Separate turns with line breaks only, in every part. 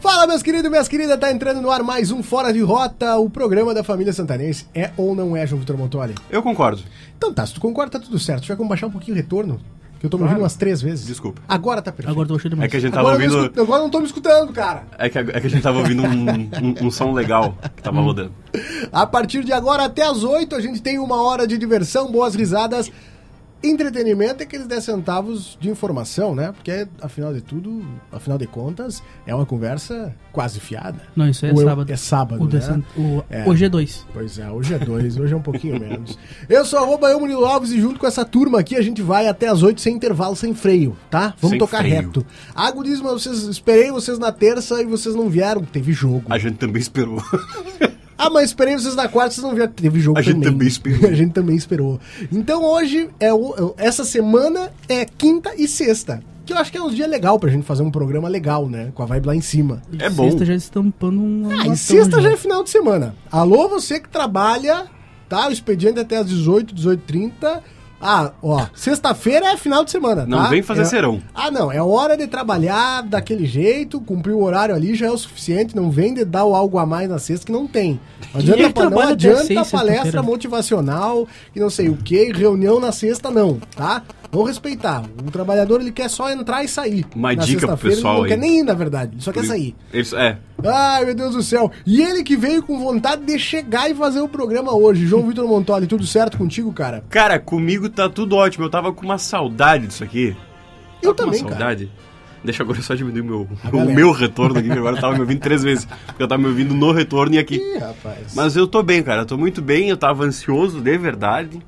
Fala, meus queridos e minhas queridas, tá entrando no ar mais um Fora de Rota, o programa da família santanense. É ou não é, João Vitor Montoli?
Eu concordo.
Então tá, se tu concorda, tá tudo certo. Tiver como baixar um pouquinho o retorno, que eu tô me ouvindo umas três vezes.
Desculpa.
Agora tá perfeito.
Agora eu tô cheio de
É
mais.
que a gente tava
Agora, eu não
ouvindo.
escuto- agora eu não tô me escutando, cara.
É que, é que a gente tava ouvindo um, um- um som legal que tava
Hum.
rodando.
A partir de agora até as oito a gente tem uma hora de diversão, boas risadas, entretenimento e aqueles 10 centavos de informação, né? Porque afinal de tudo, afinal de contas, é uma conversa quase fiada.
Não, isso é
Ou eu-
sábado.
É sábado,
O
né?
dessa- o-
É.
o G2.
Pois é, hoje é dois, hoje é um pouquinho menos. Eu sou arroba eu, Murilo Alves, e junto com essa turma aqui a gente vai até as 8 sem intervalo, sem freio, tá? Vamos
Sem
tocar
freio.
reto. Água diz, mas vocês, esperei vocês na terça e vocês não vieram, teve jogo.
A gente também esperou.
Ah, mas esperei vocês na quarta, vocês não vieram, teve jogo
A gente também esperou.
a gente também esperou. Então hoje, é o- essa semana é quinta e sexta. Que eu acho que é um dia legal pra gente fazer um programa legal, né? Com a vibe lá em cima.
E
É bom.
Sexta já estampando um.
Ah, e sexta já é final de semana. Alô, você que trabalha, tá? O expediente é até às 18, 18h30. Ah, ó, sexta-feira é final de semana, tá?
Não vem fazer
É-
serão.
Ah, não, é hora de trabalhar daquele jeito, cumprir o horário ali já é o suficiente, não vem de dar o algo a mais na sexta que não tem. Não
Quem é
adianta,
que
pa- não
trabalha até
adianta
seis,
palestra
sexta-feira?
motivacional e não sei o que, reunião na sexta não, tá? Vamos respeitar. O trabalhador ele quer só entrar e sair.
Uma
na
dica pro
sexta-feira,
pessoal
Ele não
aí.
quer nem ir, na verdade, ele só quer sair.
Eles- é.
Ai, meu Deus do céu. E ele que veio com vontade de chegar e fazer o programa hoje. João Vitor Montoli, tudo certo contigo, cara?
Cara, comigo tá tudo ótimo. Eu tava com uma saudade disso aqui.
Eu
Tava Tá com
também,
uma
cara.
saudade. Deixa agora eu só diminuir meu, o
galera.
meu retorno aqui, que agora eu tava me ouvindo três vezes. Porque eu tava me ouvindo no retorno e aqui.
Ih, rapaz.
Mas eu tô bem, cara. Eu tô muito bem. Eu tava ansioso, de verdade.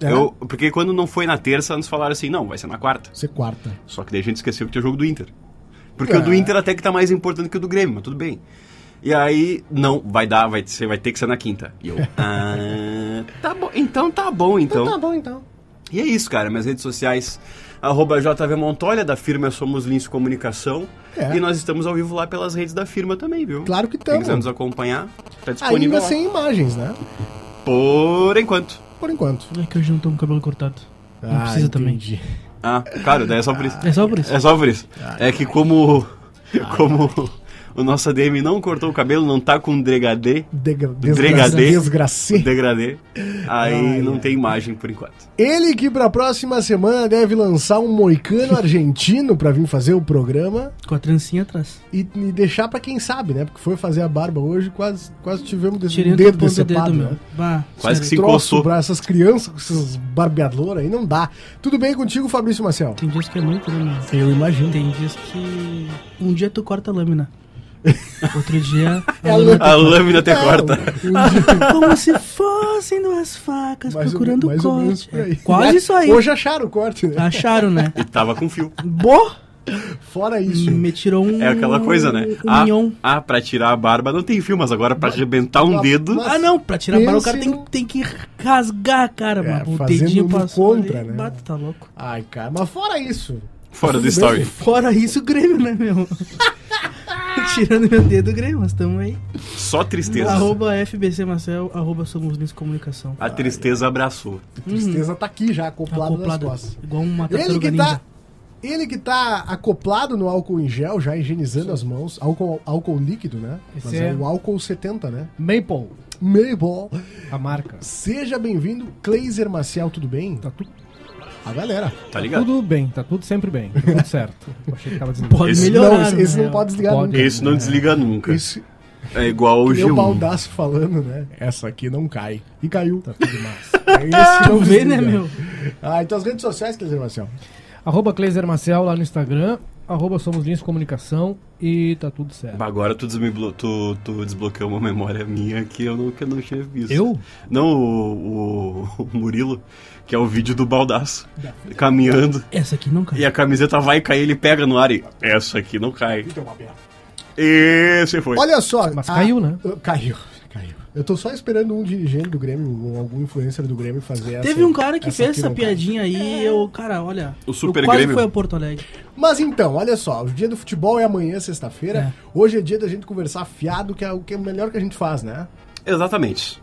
É?
Eu, porque quando não foi na terça, nos falaram assim: não, vai ser na quarta.
Você quarta.
Só que daí a gente esqueceu que tinha jogo do Inter. Porque
É.
o do Inter até que tá mais importante que o do Grêmio, mas tudo bem. E aí, não, vai dar, vai, ser, vai ter que ser na quinta. E eu, ah, tá bom, então tá bom, então.
Tá bom, então.
E é isso, cara, minhas redes sociais, arroba JV Montoya, da firma é Somos Lince Comunicação.
É.
E nós estamos ao vivo lá pelas redes da firma também, viu?
Claro que
Quem quiser
estamos.
nos acompanhar, tá disponível
Ainda
lá.
sem imagens, né?
Por enquanto.
Por enquanto. Ah,
É que hoje eu não tô com o cabelo cortado. Não precisa também.
Ah, claro, daí é só por isso.
É só por isso.
É só por isso. É que como. Como o nosso ADM não cortou o cabelo, não tá com degradê.
Dega- desgra-
Degradê.
Desgracê.
Degradê. Aí
Ai,
não
ai.
tem imagem por enquanto.
Ele que pra próxima semana deve lançar um moicano argentino pra vir fazer o programa
Com a trancinha atrás.
e, e deixar pra quem sabe, né? Porque foi fazer a barba hoje, quase, quase tivemos des-
Tirei
um
o
dedo
dedo do dedo,
decepado,
meu.
né?
Bah,
Quase que
sério.
se
troço
encostou.
pra essas crianças, esses barbeadores aí, não dá. Tudo bem contigo, Fabrício Marcel?
Tem dias que é muito, né, meu?
Eu imagino.
Tem dias que. Um dia tu corta a lâmina. Outro dia. a
É a
lâmina-
A lâmina até corta.
Como se fossem duas facas procurando
mais ou menos
corte.
por aí.
É, Quase isso aí.
Hoje acharam o corte, né?
Acharam, né?
E tava com fio.
Bo!
Fora isso.
Me tirou um.
É aquela coisa, né?
Um
Ah,
mignon.
ah, pra tirar a barba não tem fio, mas agora pra arrebentar um
Mas-
dedo.
mas-
Ah, não, pra tirar a barba o cara
Pense
tem, tem que rasgar a cara,
É,
mano. O
fazendo
dedinho
no
passou.
contra,
ali,
né?
Bato, tá louco.
Ai, cara, mas fora isso.
Fora do
Tudo
story.
Fora isso, o Grêmio, né, meu? Tirando meu dedo, Grêmio, mas tamo aí.
Só tristeza.
Arroba FBC Marcel, arroba Somos Lins Comunicação. Tá
A tristeza abraçou.
Hum.
A tristeza tá aqui já, acoplado, nas
Acoplado,
costas.
igual uma
Ele
tartaruga
que
ninja.
tá Ele que tá acoplado no álcool em gel, já higienizando as mãos. Álcool, álcool líquido, né?
Esse
Mas
é-
é o álcool 70, né?
Maple,
Mayball.
a marca.
Seja bem-vindo, Cleiser Maciel, tudo bem?
Tá tudo,
A galera.
Tá ligado?
tudo bem, tá tudo sempre bem, tá tudo certo. Eu achei que tava desligado.
Pode Esse-
não, esse- né?
né,
esse não pode desligar nunca.
Esse não desliga nunca.
Isso,
É igual o
e o
G1.
baldaço falando, né? Essa aqui não cai. E caiu. Tá tudo massa.
Tu vê, né, meu?
Ah, então as redes sociais, Cleiser Maciel.
Arroba Cleiser Marcel lá no Instagram, arroba Somos Lins Comunicação e tá tudo certo.
Agora tu, desmeblo- tu- tu desbloqueou uma memória minha que eu não, que eu não tinha visto.
Eu?
Não, o, o- o Murilo, que é o vídeo do baldaço. Caminhando.
Essa aqui não caiu.
E a camiseta vai cair, ele pega no ar e. Essa aqui não cai. E você foi.
Olha só.
Mas
a-
caiu, né?
Uh, Caiu, caiu. Eu tô só esperando um dirigente do Grêmio, ou algum influencer do Grêmio fazer essa.
Teve um cara que
essa
fez
aqui
essa
não É. cai.
piadinha aí e eu, cara, olha.
O Super
eu quase
Grêmio.
foi a Porto Alegre.
Mas então, olha só, o dia do futebol é amanhã, sexta-feira. Hoje é dia da gente conversar fiado, que é o que é o melhor que a gente faz, né?
Exatamente.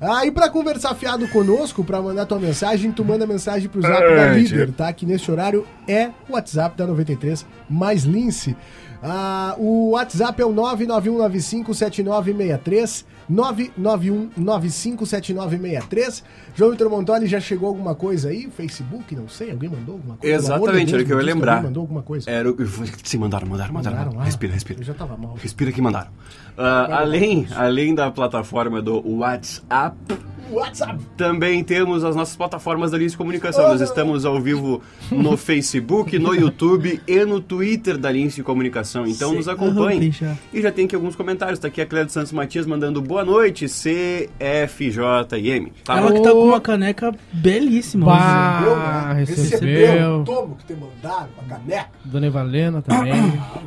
Ah, e pra conversar fiado conosco, pra mandar tua mensagem, tu manda mensagem pro zap da líder, tá? Que neste horário é o WhatsApp da 93 mais Lince. Ah, o WhatsApp é o 991957963, 991957963. João Vitor Montoli, já chegou alguma coisa aí? Facebook, não sei, alguém mandou alguma coisa? Pelo amor de
Exatamente,
Deus,
era o que eu ia
me diz
lembrar.
alguém mandou alguma coisa?
Era o. Sim, mandaram, mandaram, mandaram.
Mandaram, ah,
respira, respira.
Eu já tava mal.
Respira que mandaram. Ah, além, além da plataforma do WhatsApp,
WhatsApp!
também temos as nossas plataformas da Lins Comunicação. Nós estamos ao vivo no Facebook, no YouTube e no Twitter da Lins Comunicação. Então nos
Uhum,
acompanhe.
Deixa.
E já tem aqui alguns comentários. Tá aqui a Cléo de Santos Matias mandando boa noite, CFJM. Tá
Ela
bom?
que tá com uma caneca belíssima.
Ah,
hoje.
né?
Bah, recebeu.
tomo que te mandaram, a caneca.
Dona Evalena também.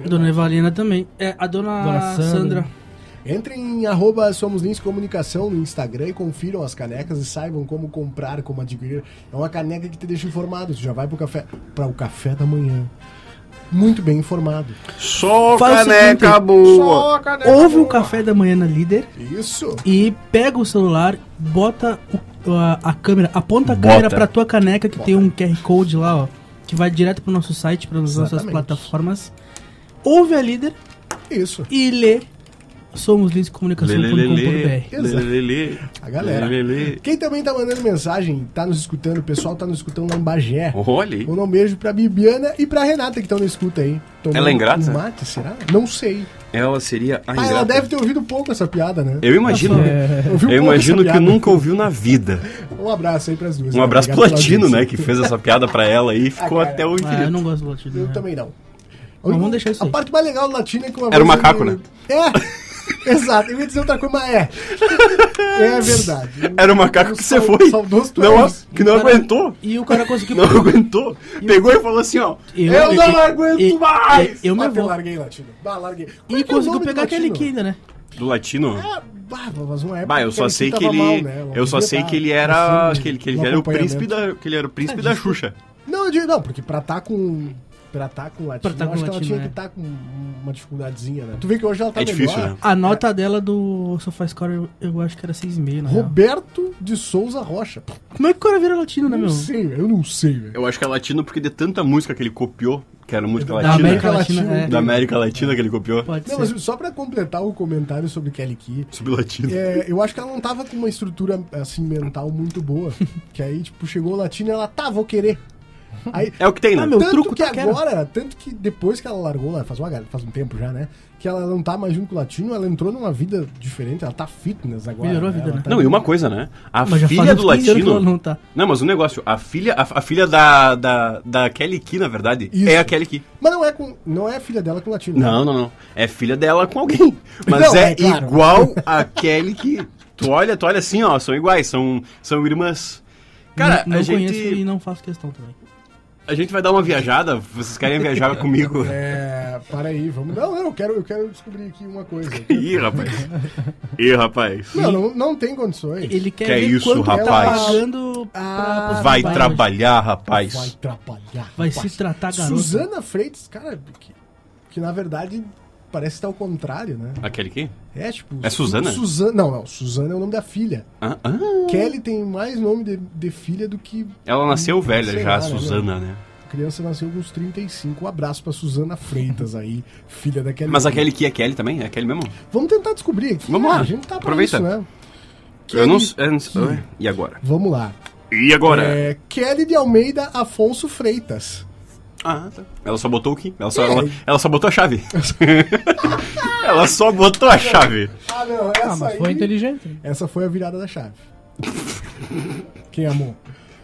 Dona Evalina também. É, a dona,
Dona Sandra.
Sandra.
Entrem em arroba Somos Lins Comunicação no Instagram e confiram as canecas e saibam como comprar, como adquirir. É uma caneca que te deixa informado. Tu já vai pro café, para o café da manhã. Muito bem informado.
Só
Faz o
caneca
seguinte,
boa!
Só a caneca
Ouve o
boa.
café da manhã na líder
Isso.
e pega o celular, bota o- a, a câmera, aponta a câmera pra tua caneca que tem um QR Code lá, ó. Que vai direto pro nosso site, para as nossas
Exatamente.
plataformas. Ouve a líder
Isso.
e lê Somos Lins Comunicação.com.br.
Lelelele.
A galera.
Lelelele.
Quem também tá mandando mensagem, tá nos escutando, o pessoal tá nos escutando lá em Bagé.
Olha aí.
Mandar um beijo pra Bibiana e pra Renata que estão na escuta aí. Tomando
Ela é ingrata?
um Mate, será? Não sei.
Ela seria a
Ah, ela
ingrata.
deve ter ouvido pouco essa piada, né?
Eu imagino.
Ouviu
Eu
pouco
imagino
essa
que
piada.
nunca ouviu na vida.
Um abraço aí pras duas.
Um abraço pro
Obrigado pela
Latino,
audiência.
né? Que fez essa piada pra ela aí e ficou
cara.
até o
Ah, eu
infinito.
não gosto do latino.
Eu
né?
também não.
Mas vamos deixar isso
A
aí.
parte mais legal do latino é que uma
Era
vez
o macaco,
ele-
né?
É, exato. Eu ia dizer outra coisa, mas é. É verdade.
Era o macaco que você
Sal-
foi.
Saudoso tu
Não,
és.
que não aguentou.
E o cara conseguiu.
Não aguentou. Pegou e falou assim, ó.
Eu-
Eu não
eu-
aguento
eu-
mais!
eu- me
Bah,
vou.
larguei latino. Bah, larguei. Como é
E
que é o
conseguiu
nome do
pegar aquele
latino?
que ainda, né?
Do latino?
Ah, bah, mas uma época
Bah, eu só
aquele
sei que
tava
ele.
mal, né? Ela
Eu só
devia
sei
tá
que ele era.
assim,
Que ele, que
Um
ele
no
era o
acompanhamento. É
príncipe da. Que ele era o príncipe da Xuxa.
Não, eu digo, não, porque pra tá com. Pra tá com latino,
Pra tá
eu acho que
com
ela
latino,
tinha
é.
que tá com uma dificuldadezinha, né? Tu vê que hoje ela tá
É difícil,
melhor.
né?
A nota dela do SofaScore eu, eu acho que era 6,5, né?
Roberto de Souza Rocha. Pô,
Como é que o cara vira latino, né,
Não
meu?
sei, eu não sei, velho.
Eu acho que é latino porque de tanta música que ele copiou, que era música
Da
latina.
América Latina,
Latina,
é.
Da América Latina que ele copiou.
Pode
Não,
ser.
mas só pra completar o comentário sobre Kelly Key,
Sublatino.
é, eu acho que ela não tava com uma estrutura assim mental muito boa. Que aí, tipo, chegou o latino e ela tá, vou querer. Aí,
É o que tem, né?
Ah, meu.
tanto
truco
que
tá quero.
agora, tanto que depois que ela largou lá, faz, uma, gar- faz um tempo já, né? Que ela não tá mais junto com o latino, ela entrou numa vida diferente, ela tá fitness agora.
Melhorou a vida,
Ela
né?
tá-
Não, e uma coisa, né? A
Mas já faz
filha
uns
do
15 anos que
latino.
ela não tá.
Não, mas o negócio, a filha, a, a filha da, da, da Kelly Key, na verdade,
Isso.
é a Kelly Key.
Mas não é, com, não é filha dela com o latino. né?
Não, não, não. É filha dela com alguém. Mas
Não,
é,
é claro.
igual a Kelly Key. Tu olha, tu olha assim, ó, são iguais, são, são irmãs. Cara,
não, não
a,
conheço
gente,
e não faço questão também.
a gente vai dar uma viajada. Vocês querem viajar comigo?
É, para aí, vamos. Não, não, eu quero, eu quero descobrir aqui uma coisa.
Ih, rapaz. Ih, rapaz.
Não, não, não tem condições.
Ele quer
Que é
ver
isso,
quanto
rapaz?
tá pagando
Ah,
pra... pra
Vai
trabalhar.
trabalhar,
Vai
rapaz.
trabalhar.
ah, Vai
rapaz.
se tratar, garoto.
Suzana Freitas, cara, que, que na verdade parece estar ao contrário, né?
A Kelly Key?
É tipo.
É Suzana?
Suzana. Não, não. Suzana é o nome da filha.
Ah, ah.
Kelly tem mais nome de, de filha do que.
Ela nasceu
Sei
Hum,
velha já,
lá,
a
né,
Suzana, né?
criança nasceu com uns 35. Um abraço pra Suzana Freitas aí, filha da Kelly.
Mas aquele que é Kelly também? É aquele mesmo?
Vamos tentar descobrir.
Vamos lá.
A gente tá pra
Aproveita.
isso, né?
Eu não,
Kelly-
eu não sei. Ué, E agora?
Vamos lá.
E agora?
É, Kelly de Almeida Afonso Freitas.
Ah, tá. Ela só botou o que? Ela só,
É.
ela, ela só botou a chave. ela só botou a chave.
Ah, não, essa
Ah, mas foi inteligente. né?
Essa foi a virada da chave. Quem amou?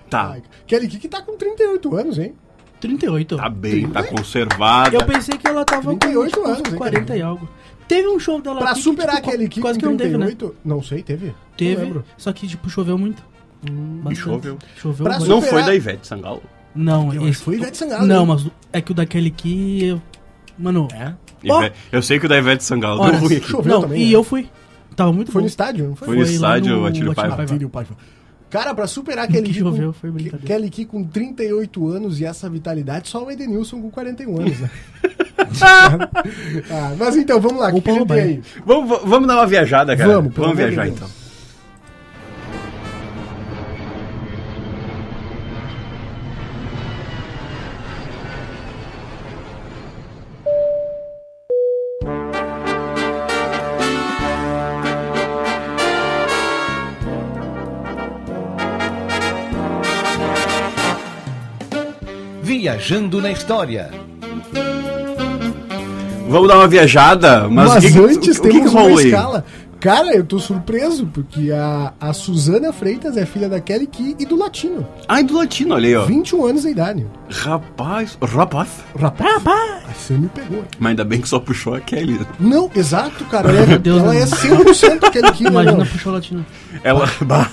Tá.
Ai, Kelly Key que tá com 38 anos, hein?
38.
Tá bem, tá conservada.
Eu pensei que ela tava com
38
tipo, uns
anos, hein,
40 e algo. Teve um show dela
Pra
aqui que,
superar
tipo,
aquele Key
Quase
com
que não
38.
teve, né?
Não sei, teve? Não
Teve,
lembro. Hum,
só que tipo, choveu muito. Bastante.
choveu.
Choveu
Pra
muito.
Não
superar-
foi da Ivete Sangalo.
Não,
Eu acho
esse
que foi Ivete Sangalo.
Não, mas é que o daquele que eu... Mano, é?
Ive- Eu sei que o da Ivete Sangalo deu
Olha,
ruim aqui.
Choveu
não,
também,
e
né?
eu fui. Tava muito
Foi
bom.
no estádio, não foi?
Foi no
lá
estádio, Atilio Paiva.
Ah, Atílio Paiva. Cara, pra superar Kelly
Que
Key com-
choveu, foi brincadeira.
Kelly Key com 38 anos e essa vitalidade, só o Edenilson com 41 anos, né? ah, mas então, vamos lá. O que, que a gente
Paulo
tem aí?
Vamos, va- vamos dar uma viajada, cara.
Vamos, pelo amor de
viajar
Deus.
então.
Viajando na história.
Vamos dar uma viajada, mas,
Mas,
o que que-
antes
o que que
temos uma
rolou aí?
escala. Cara, eu tô surpreso, porque a, a Suzana Freitas é filha da Kelly Key e do Latino.
Ai, do latino, olha aí, ó.
21 anos de idade.
Rapaz, rapaz.
Rapaz, Aí você me pegou.
Mas ainda bem que só puxou a Kelly.
Não, exato, cara. Ela, é-
Deus,
ela é
meu
100% Kelly Key, né,
Imagina
não?
puxou latino.
Ela. Bah,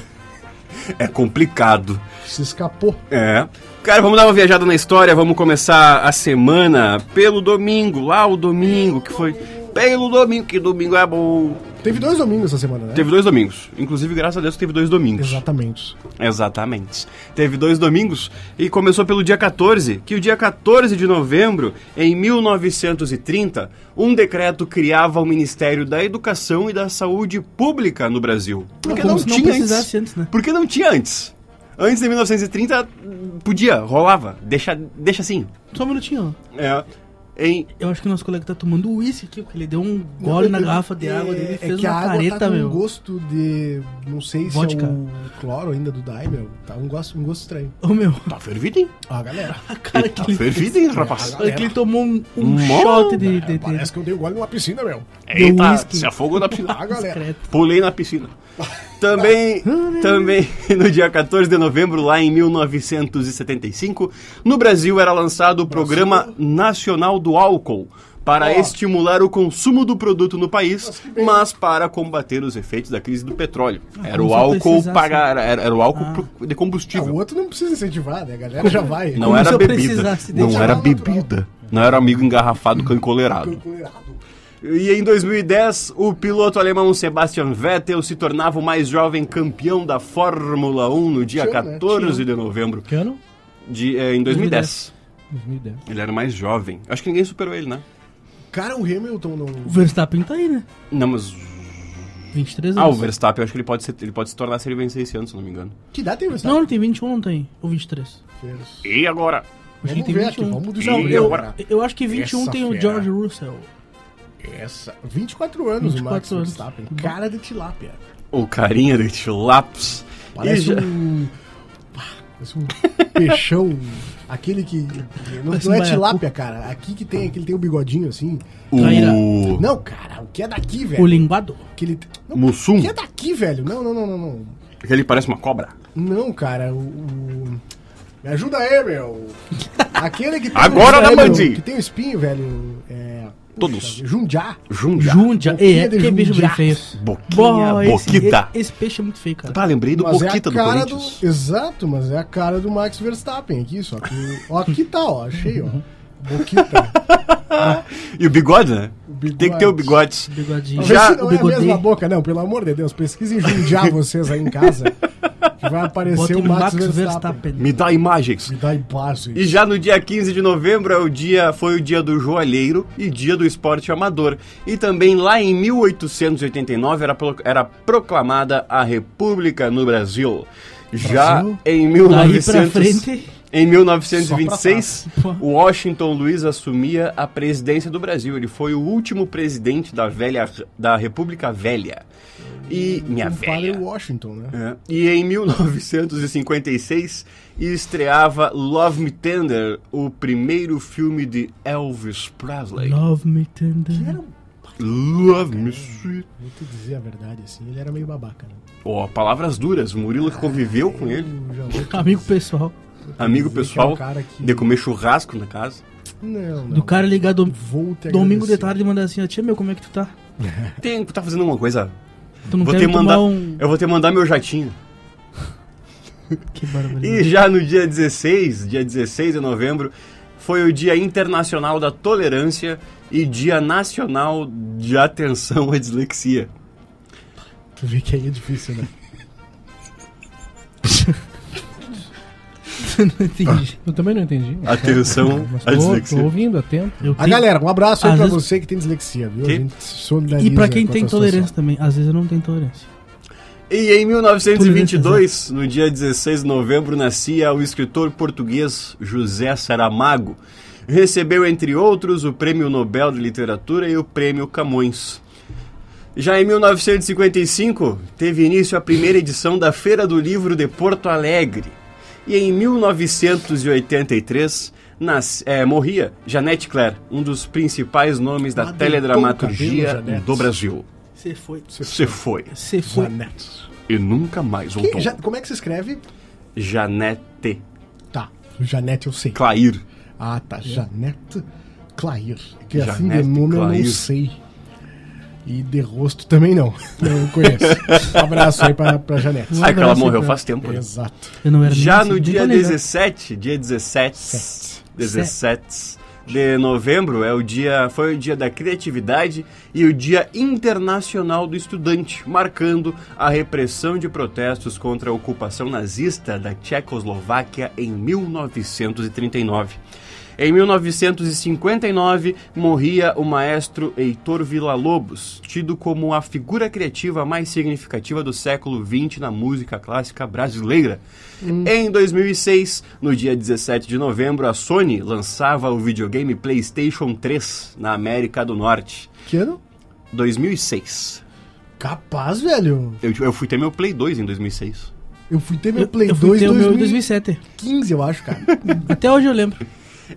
é complicado.
Se escapou.
É. Cara, vamos dar uma viajada na história, vamos começar a semana pelo domingo, lá o domingo, que foi. Pelo domingo, que domingo é bom.
Teve dois domingos essa semana, né?
Teve dois domingos. Inclusive, graças a Deus, teve dois domingos.
Exatamente.
Exatamente. Teve dois domingos e começou pelo dia 14, que o dia 14 de novembro, em 1930, um decreto criava o Ministério da Educação e da Saúde Pública no Brasil. Porque
como
não,
se não
tinha antes.
precisasse antes, né?
Porque não tinha antes. Antes de 1930, podia, rolava. Deixa, deixa assim.
Só um minutinho, ó.
É. Em,
Eu acho que o nosso colega tá tomando uísque aqui, porque ele deu um gole na garrafa de água dele
É,
e fez
que a
uma
água
careta,
tá com
meu.
um gosto de... Não sei
Vodka.
se é o cloro ainda do Daimel. Tá um gosto, um gosto estranho.
Ô, meu,
tá fervido, hein?
Ah, galera.
a cara que
Tá
ele fez.
fervido, hein, rapaz?
Olha que ele tomou um, um
Mó-
shot de... de, de,
Parece que eu dei o gole numa piscina, meu.
Eita,
uísque.
se afogou na piscina.
Ah, galera.
É. discreto.
Pulei na piscina. Também, também no dia 14 de novembro, lá em 1975, no Brasil era lançado o Programa Nacional do Álcool para estimular o consumo do produto no país, mas para combater os efeitos da crise do petróleo. era,
como
o
se
álcool
precisasse.
pagar, era, era o álcool pro-
Ah,
de
o
combustível.
outro não precisa incentivar, né? A galera já vai.
Não
como se
era
eu
bebida.
precisasse
Não
desse
era
álcool natural.
bebida. Não era amigo engarrafado com encolerado. E em 2010, o piloto alemão Sebastian Vettel se tornava o mais jovem campeão da Fórmula 1 no dia
Tinha, né?
14 de novembro
Que ano?
de, eh, em 2010.
2010.
Ele era o mais jovem. Acho que ninguém superou ele, né?
Cara, o Hamilton não...
O Verstappen tá aí, né?
Não, mas.
23
Ah, o
anos.
Verstappen, eu acho que ele pode, ser, ele pode se tornar se ele vencer esse ano, se eu não me engano.
Que idade tem o
Não,
Verstappen?
ele tem 21, não tem? Ou 23?
E agora?
Acho que ele
Vamos
tem
ver aqui,
21.
vamos né,
Não,
descobrir
eu-
agora.
Eu acho que 21
Essa
tem o
fera.
George Russell.
Essa, 24 anos o
24
Max
anos.
Verstappen. Cara de tilápia.
O carinha de Tilaps.
Parece
já-
um... Pá, Parece um peixão. aquele que... Não,
Parece
não é
um baiacu.
tilápia, cara. Aqui que tem, aquele tem o bigodinho assim.
Traíra.
O.
Não, cara. O que é daqui,
O
velho?
linguado.
Aquele... Não,
Mussum.
o que é daqui, velho? Não, não, não, não. Não,
Que ele parece uma cobra.
não cara. O... o- Me ajuda aí, meu. Aquele que tem...
Agora,
o-
né,
é, meu,
Mandi?
Que tem o espinho, velho. É...
Todos.
puxa, Jundiá.
Jundia.
Jundia.
Boquinha
É,
de
que bicho bem
Jundia.
feio.
Boquinha,
Boa, esse-
é boquita.
Esse, peixe é muito feio, cara.
Pá, lembrei do
Mas
Boquita
é a cara
do
do,
Corinthians.
Exato, mas é a cara do Max Verstappen aqui, só que. Ó, aqui tá, ó, achei, ó.
Uhum.
Boquita.
E o bigode, né?
bigode.
Tem que ter o bigode.
Bigodinho.
Talvez
Já-
se não é a
bigodinho.
mesma boca, não, pelo amor de Deus, pesquisem judiar vocês aí em casa. Que vai aparecer
Bota
o Max, Verstappen.
Me dá imagens.
Me dá em paz, gente.
E já no dia 15 de novembro é o dia, foi o dia do joalheiro e dia do esporte amador. E também lá em 1889 era, pro- era proclamada a República no Brasil. Já
Brasil?
em
Daí pra
1900...
frente,
Em 1926,
Só pra falar.
Washington Luiz assumia a presidência do Brasil. Ele foi o último presidente da velha da República Velha. E minha
Não fala
velha.
em Washington, né?
É. E em 1956 estreava Love Me Tender, o primeiro filme de Elvis Presley.
Love me tender.
Era um-
Love Me Sweet.
Vou te dizer a verdade, assim, ele era meio babaca, né?
Ó, palavras duras, Murilo que conviveu com ele,
Eu já vou te
Amigo pessoal.
amigo
dizer que é
pessoal,
um cara que-
de comer churrasco na casa.
Não, não.
Do cara ligar dom-
Vou te
domingo de
agradecer.
tarde e mandar assim, ó, tia meu, como é que tu tá?
Tem, tá fazendo alguma coisa?
Tu não
Vou
quer
ter
me tomar
mandar,
um...
Eu vou ter que mandar meu jatinho.
Que
E
barbaridade.
já no dia 16, dia 16 de novembro, foi o Dia Internacional da Tolerância e Dia Nacional de Atenção à Dislexia.
Tu vê que aí é difícil, né?
Não entendi.
Eu também não entendi.
Atenção
Mas
à
tô, tô
dislexia.
ouvindo, atento.
Eu
A
tenho-
galera, um abraço aí
Às
pra
vezes-
você que tem dislexia, viu?
Que-
A gente solidariza
E pra quem
com
tem
a tua situação.
tolerância também. Às vezes eu não tenho tolerância.
E em 1922, no dia 16 de novembro, nascia o escritor português José Saramago. Recebeu, entre outros, o Prêmio Nobel de Literatura e o Prêmio Camões. Já em 1955, teve início a primeira edição da Feira do Livro de Porto Alegre. E em 1983, nas- eh, morria Janete Claire, um dos principais nomes da
Adentrou o
teledramaturgia
cabelo, Janete.
do Brasil.
Você foi.
Você foi
Você foi.
Zanetti.
e nunca mais
Quem-
voltou.
Ja- como é que se escreve?
Janete
Tá, Janete eu sei.
Clair.
Ah, tá, Janete Clair. Que
Janete
assim de nome eu
Clair.
não sei. E de rosto também não. Não conheço. Um abraço aí pra, pra Janete.
Ah, que ela
abraço,
morreu
cara.
faz tempo. né?
Exato.
Eu não era
Já
nem- assim,
no
nem
dia
planejado.
17, dia 17, 17 de novembro é o dia, foi o dia da criatividade e o dia internacional do estudante, marcando a repressão de protestos contra a ocupação nazista da Tchecoslováquia em 1939. Em 1959, morria o maestro Heitor Villa-Lobos, tido como a figura criativa mais significativa do século XX na música clássica brasileira. Em 2006, no dia 17 de novembro, a Sony lançava o videogame PlayStation 3 na América do Norte.
Que ano?
2006.
Capaz, velho.
Eu, eu fui ter meu Play 2 em 2006.
Eu fui ter
Eu,
meu Play
eu
2
fui ter o meu em
em
2007.
2015, eu acho, cara.
Até hoje eu lembro.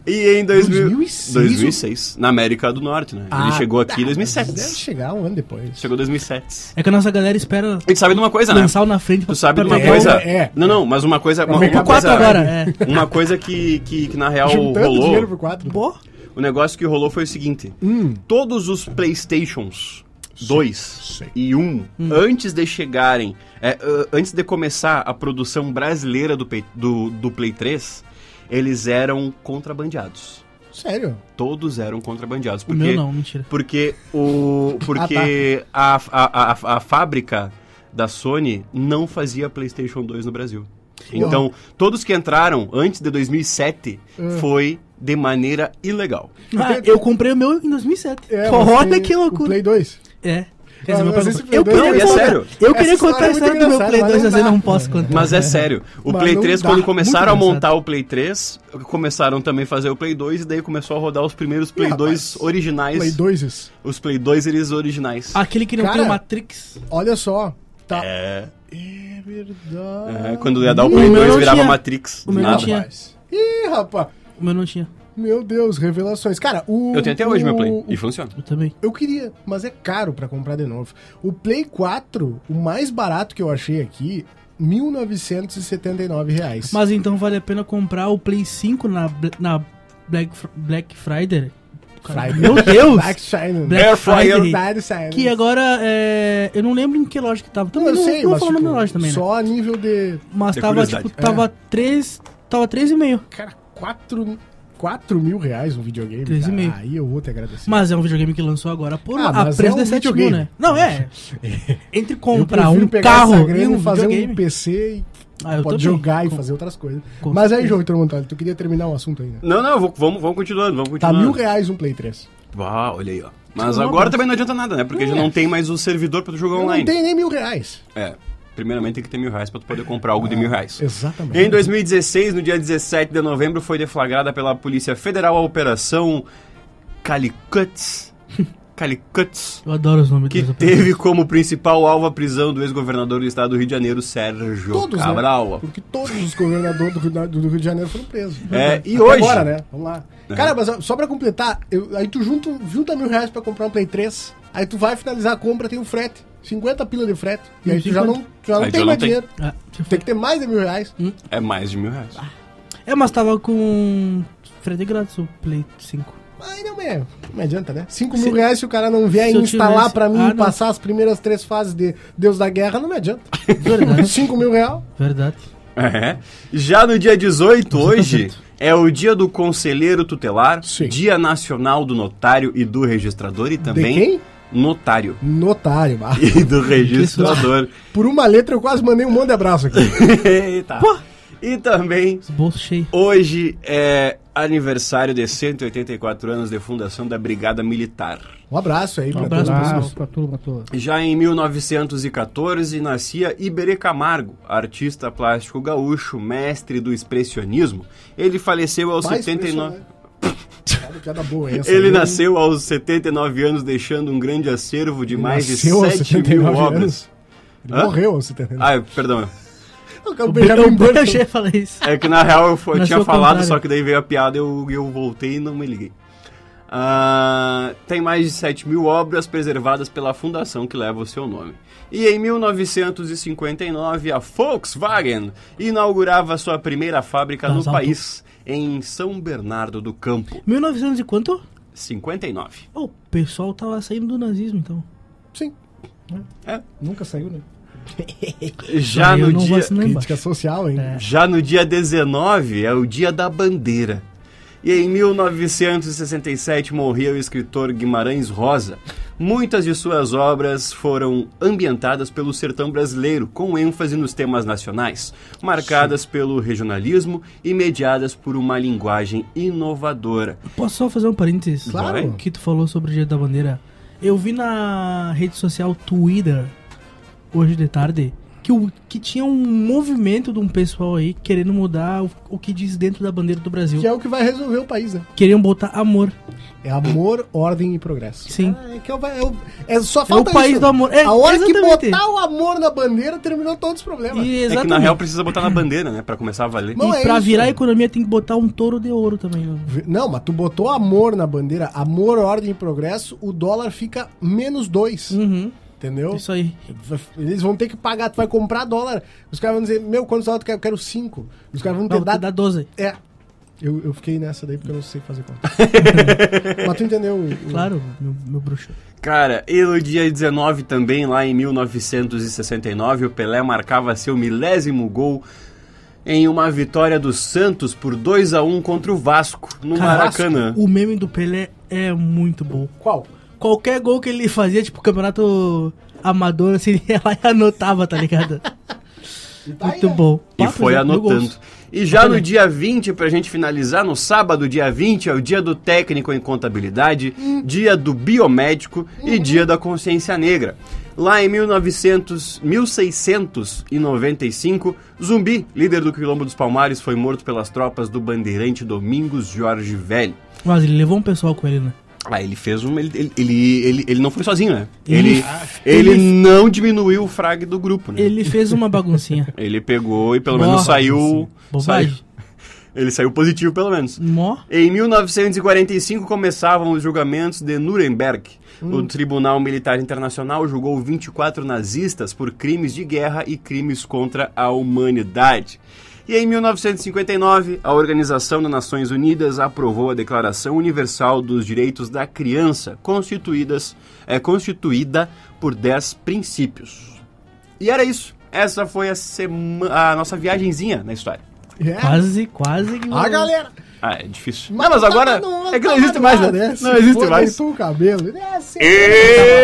E em 2000,
2006?
2006, na América do Norte, né? Ele chegou aqui em
Ah, Deve
2007.
chegar um ano depois.
Chegou em 2007.
É que a nossa galera espera
E tu sabe de uma coisa, né?
lançar o na frente pra
Tu sabe de uma
É,
pegar um, o-
coisa.
é.
Não, não, mas uma coisa. Uma,
pegar
uma
o
Quatro
coisa
agora. É.
Uma coisa que, que, que na real
Juntando dinheiro
rolou.
por quatro.
Pô,
O negócio que rolou foi o seguinte:
Hum.
todos os PlayStations 2
sim.
e 1, antes de chegarem, é, ã- antes de começar a produção brasileira do, Play- do, do Play 3, eles eram contrabandeados.
Sério?
Todos eram contrabandeados.
o
Porque,
meu não, mentira.
Porque, o, porque a,
Ah, tá.
a, a, a fábrica da Sony não fazia PlayStation 2 no Brasil. Então, todos que entraram antes de 2007
Hum.
foi de maneira ilegal.
Ah, eu comprei o meu em 2007.
É,
Pô,
você-
Olha que
O
loucura.
Play 2.
É. Quer
Ah,
dizer, meu pai
mas esse
comprou.
Play
Eu
dois
queria
é
contar,
sério.
eu
Essa
queria
história
contar
é
a
muito
história do meu
engraçada,
Play
mas
2,
não
mas eu
dá.
não posso contar.
Mas é sério, o
Mas
Play
não
3,
dá.
quando começaram a
Muito
montar o Play 3, começaram também a fazer o Play 2 e daí começou a rodar os primeiros Play
Ih,
2
rapaz.
originais.
Play Ah. 2 É isso.
Os Play 2 eles originais.
Aquele que não
Cara,
tem o Matrix.
Olha só. Tá.
É,
É verdade.
é, quando ia dar o
Hum,
Play
meu
2
não
virava
tinha.
Matrix.
O meu não
nada.
tinha.
Rapaz. Ih, rapaz.
O meu não tinha.
Meu Deus, revelações. Cara, o.
Eu tenho até hoje
o-
meu Play e funciona.
Eu também.
Eu queria, mas é caro pra comprar de novo. O Play 4, o mais barato que eu achei aqui, R$ 1.979 reais.
Mas então vale a pena comprar o Play 5 na, Bla- na Black, Fr- Black Friday. Cara,
Friday.
Meu Deus!
Black né? É China.
Black
Air Fryer.
Friday.
Black China.
Que agora é. Eu não lembro em que loja que tava.
Não,
Também
eu
não,
sei,
não vou
mas,
falar o
tipo,
nome da loja também, né?
só É. a nível de...
Mas
De
tava,
É curiosidade.
tipo, tava 3. Tava 3,5.
Cara, 4, 4 mil reais um videogame.
Três e
cara.
meio.
Aí eu vou te agradecer.
Mas é um videogame que lançou agora por
Ah,
a
mas
preço
é um
de 7 mil,
videogame.
né? Não, é. Entre
Eu
comprar
prefiro
um
pegar
carro
essa
e
grana
um
e fazer
videogame.
um PC e
Ah, eu
pode
também.
jogar e
Com-
fazer outras coisas.
com
Mas aí,
certeza.
João Vitor Montalho, tu queria terminar o assunto aí, né?
Não, não, vou- vamos, vamos continuando, vamos
Tá
continuando.
mil reais um Play 3.
Uau, olha aí, ó. Mas agora também não adianta nada, né? Porque já não tem mais o servidor pra tu jogar
é. Eu
online.
não tem nem mil reais.
É. primeiramente tem que ter mil reais para tu poder comprar algo de mil reais.
Exatamente.
Em 2016, no dia 17 de novembro, foi deflagrada pela Polícia Federal a Operação Calicut. Calicut.
Eu adoro os nomes
Que
deles.
teve como principal alvo a prisão do ex-governador do estado do Rio de Janeiro, Sérgio
Todos, né?
Cabral.
Porque todos os governadores do Rio, da- do Rio de Janeiro foram presos.
É, e
Até
hoje?
Agora, né? Vamos lá.
É.
Cara, mas ó, só pra completar, eu- aí tu junta, junta mil reais pra comprar um Play 3, aí tu vai finalizar a compra, tem o frete. 50 pila de frete. E aí tu já não, tu já não
Aí
tem
já não
mais
tem.
dinheiro.
Ah, deixa eu
Tem que ter mais de mil reais.
É mais de mil reais.
falar. É, mas tava com. Freddy grátis o Play 5.
Mas não, é, não adianta, né? 5
Se-
mil reais se o cara não vier
se eu
instalar
tivesse-
pra mim
Ah,
e
não.
passar as primeiras três fases de Deus da Guerra, não me adianta.
Verdade,
5 mil reais.
verdade.
É. Já no dia 18, hoje, é o dia do conselheiro tutelar,
Sim.
dia nacional do notário e do registrador e também
quem?
notário
Notário, bah.
e do registrador.
Por uma letra eu quase mandei um monte de abraço aqui.
Eita. E também
Os bolsos cheios.
hoje é aniversário de 184 anos de fundação da Brigada Militar.
Um abraço aí, pra
abraço,
todos
pessoal.
vocês.
Abraço pra turma toda.
Já em 1914 nascia Iberê Camargo, artista plástico gaúcho, mestre do expressionismo. Ele faleceu aos
Mais
79
impressionante. Cara, piada boa essa,
Ele
né?
nasceu aos 79 anos, deixando um grande acervo de
Ele
mais de
nasceu aos
7 mil
79
obras.
anos. Ele
Hã?
morreu tá aos 79.
Ah, perdão.
o
Eu
Benjamin Button.
deixei falar isso.
É que na real eu fo-
Nasceu
tinha
ao
falado,
contrário.
só que daí veio a piada eu, eu voltei e não me liguei. Ah, tem mais de 7 mil obras preservadas pela fundação que leva o seu nome. E em 1959, a Volkswagen inaugurava sua primeira fábrica
Das
no
altas.
país, em São Bernardo do Campo,
1900 e quanto?
59.
Ô, o pessoal tava saindo do nazismo, então.
Sim.
Nunca saiu, né?
Já
Aí eu
no
não
dia...
gosto nem
Crítica social, hein?
É.
Já no dia 19 é o dia da bandeira. E em 1967 morria o escritor Guimarães Rosa. Muitas de suas obras foram ambientadas pelo sertão brasileiro, com ênfase nos temas nacionais, marcadas pelo regionalismo e mediadas por uma linguagem inovadora.
Posso só fazer um parênteses?
Claro.
O que tu falou sobre o Dia da Bandeira? Eu vi na rede social Twitter, hoje de tarde, que, o, que tinha um movimento de um pessoal aí querendo mudar o, o que diz dentro da bandeira do Brasil.
Que é o que vai resolver o país, né?
Queriam botar amor.
É amor, ordem e progresso.
Sim.
Ah, É, que é, o- é o- é só falta
o país
isso.
do amor. É,
a hora
exatamente.
que botar o amor na bandeira, terminou todos os problemas.
E
É que
exatamente.
na real precisa botar na bandeira, né, Pra começar a valer.
Não, é
e pra
isso.
virar a economia tem que botar um touro de ouro também. né?
Não, mas tu botou amor na bandeira, amor, ordem e progresso, o dólar fica menos dois,
Uhum.
entendeu?
Isso aí.
Eles vão ter que pagar, tu vai comprar dólar, os caras vão dizer, meu, quantos dólares tu quer? Eu quero cinco. Os
Um
caras vão ter
Não,
dado
dá 12.
É. Eu, eu fiquei nessa daí porque eu não sei fazer conta. Mas tu entendeu? o- o-
Hum.
Claro, meu, meu bruxo.
Cara, e no dia 19 também, lá em 1969, o Pelé marcava seu milésimo gol em uma vitória do Santos por 2 a 1 contra o Vasco, no
Cara,
Maracanã.
O meme do Pelé é muito bom.
Qual?
Qualquer gol que ele fazia, tipo, campeonato amador, assim, ele ia lá e anotava, tá ligado? muito bom.
E
Quatro
foi
já- mil
anotando.
gols.
E já no dia 20, pra gente finalizar, no sábado, dia 20, é o dia do técnico em contabilidade,
Hum.
dia do biomédico
Uhum.
e dia da consciência negra. Lá em 1900, 1695, Zumbi, líder do Quilombo dos Palmares, foi morto pelas tropas do bandeirante Domingos Jorge Velho.
Mas ele levou um pessoal com ele, né?
Ah, ele fez um. Ele, ele, ele, ele- ele não foi sozinho, né?
Ele-
Ele, ele, não diminuiu o frag do grupo, né? Ele,
ah, Ele fez uma baguncinha.
pegou e pelo
Nossa,
menos saiu.
Bobagem.
saiu- ele saiu positivo, pelo menos.
Mó.
Em 1945 começavam os julgamentos de Nuremberg. O Tribunal Militar Internacional julgou 24 nazistas por crimes de guerra e crimes contra a humanidade. E em 1959, a Organização das Nações Unidas aprovou a Declaração Universal dos Direitos da Criança, constituídas, é, constituída por 10 princípios. E era isso. Essa foi a, sema- a nossa viagenzinha na história.
É.
Quase, quase que.
Ah, galera!
Ah, é difícil. Mas, agora
não-
é que não
tá
existe
na
mais,
hora,
né?
Se
Não existe
for,
mais.
deitou o cabelo. É, assim,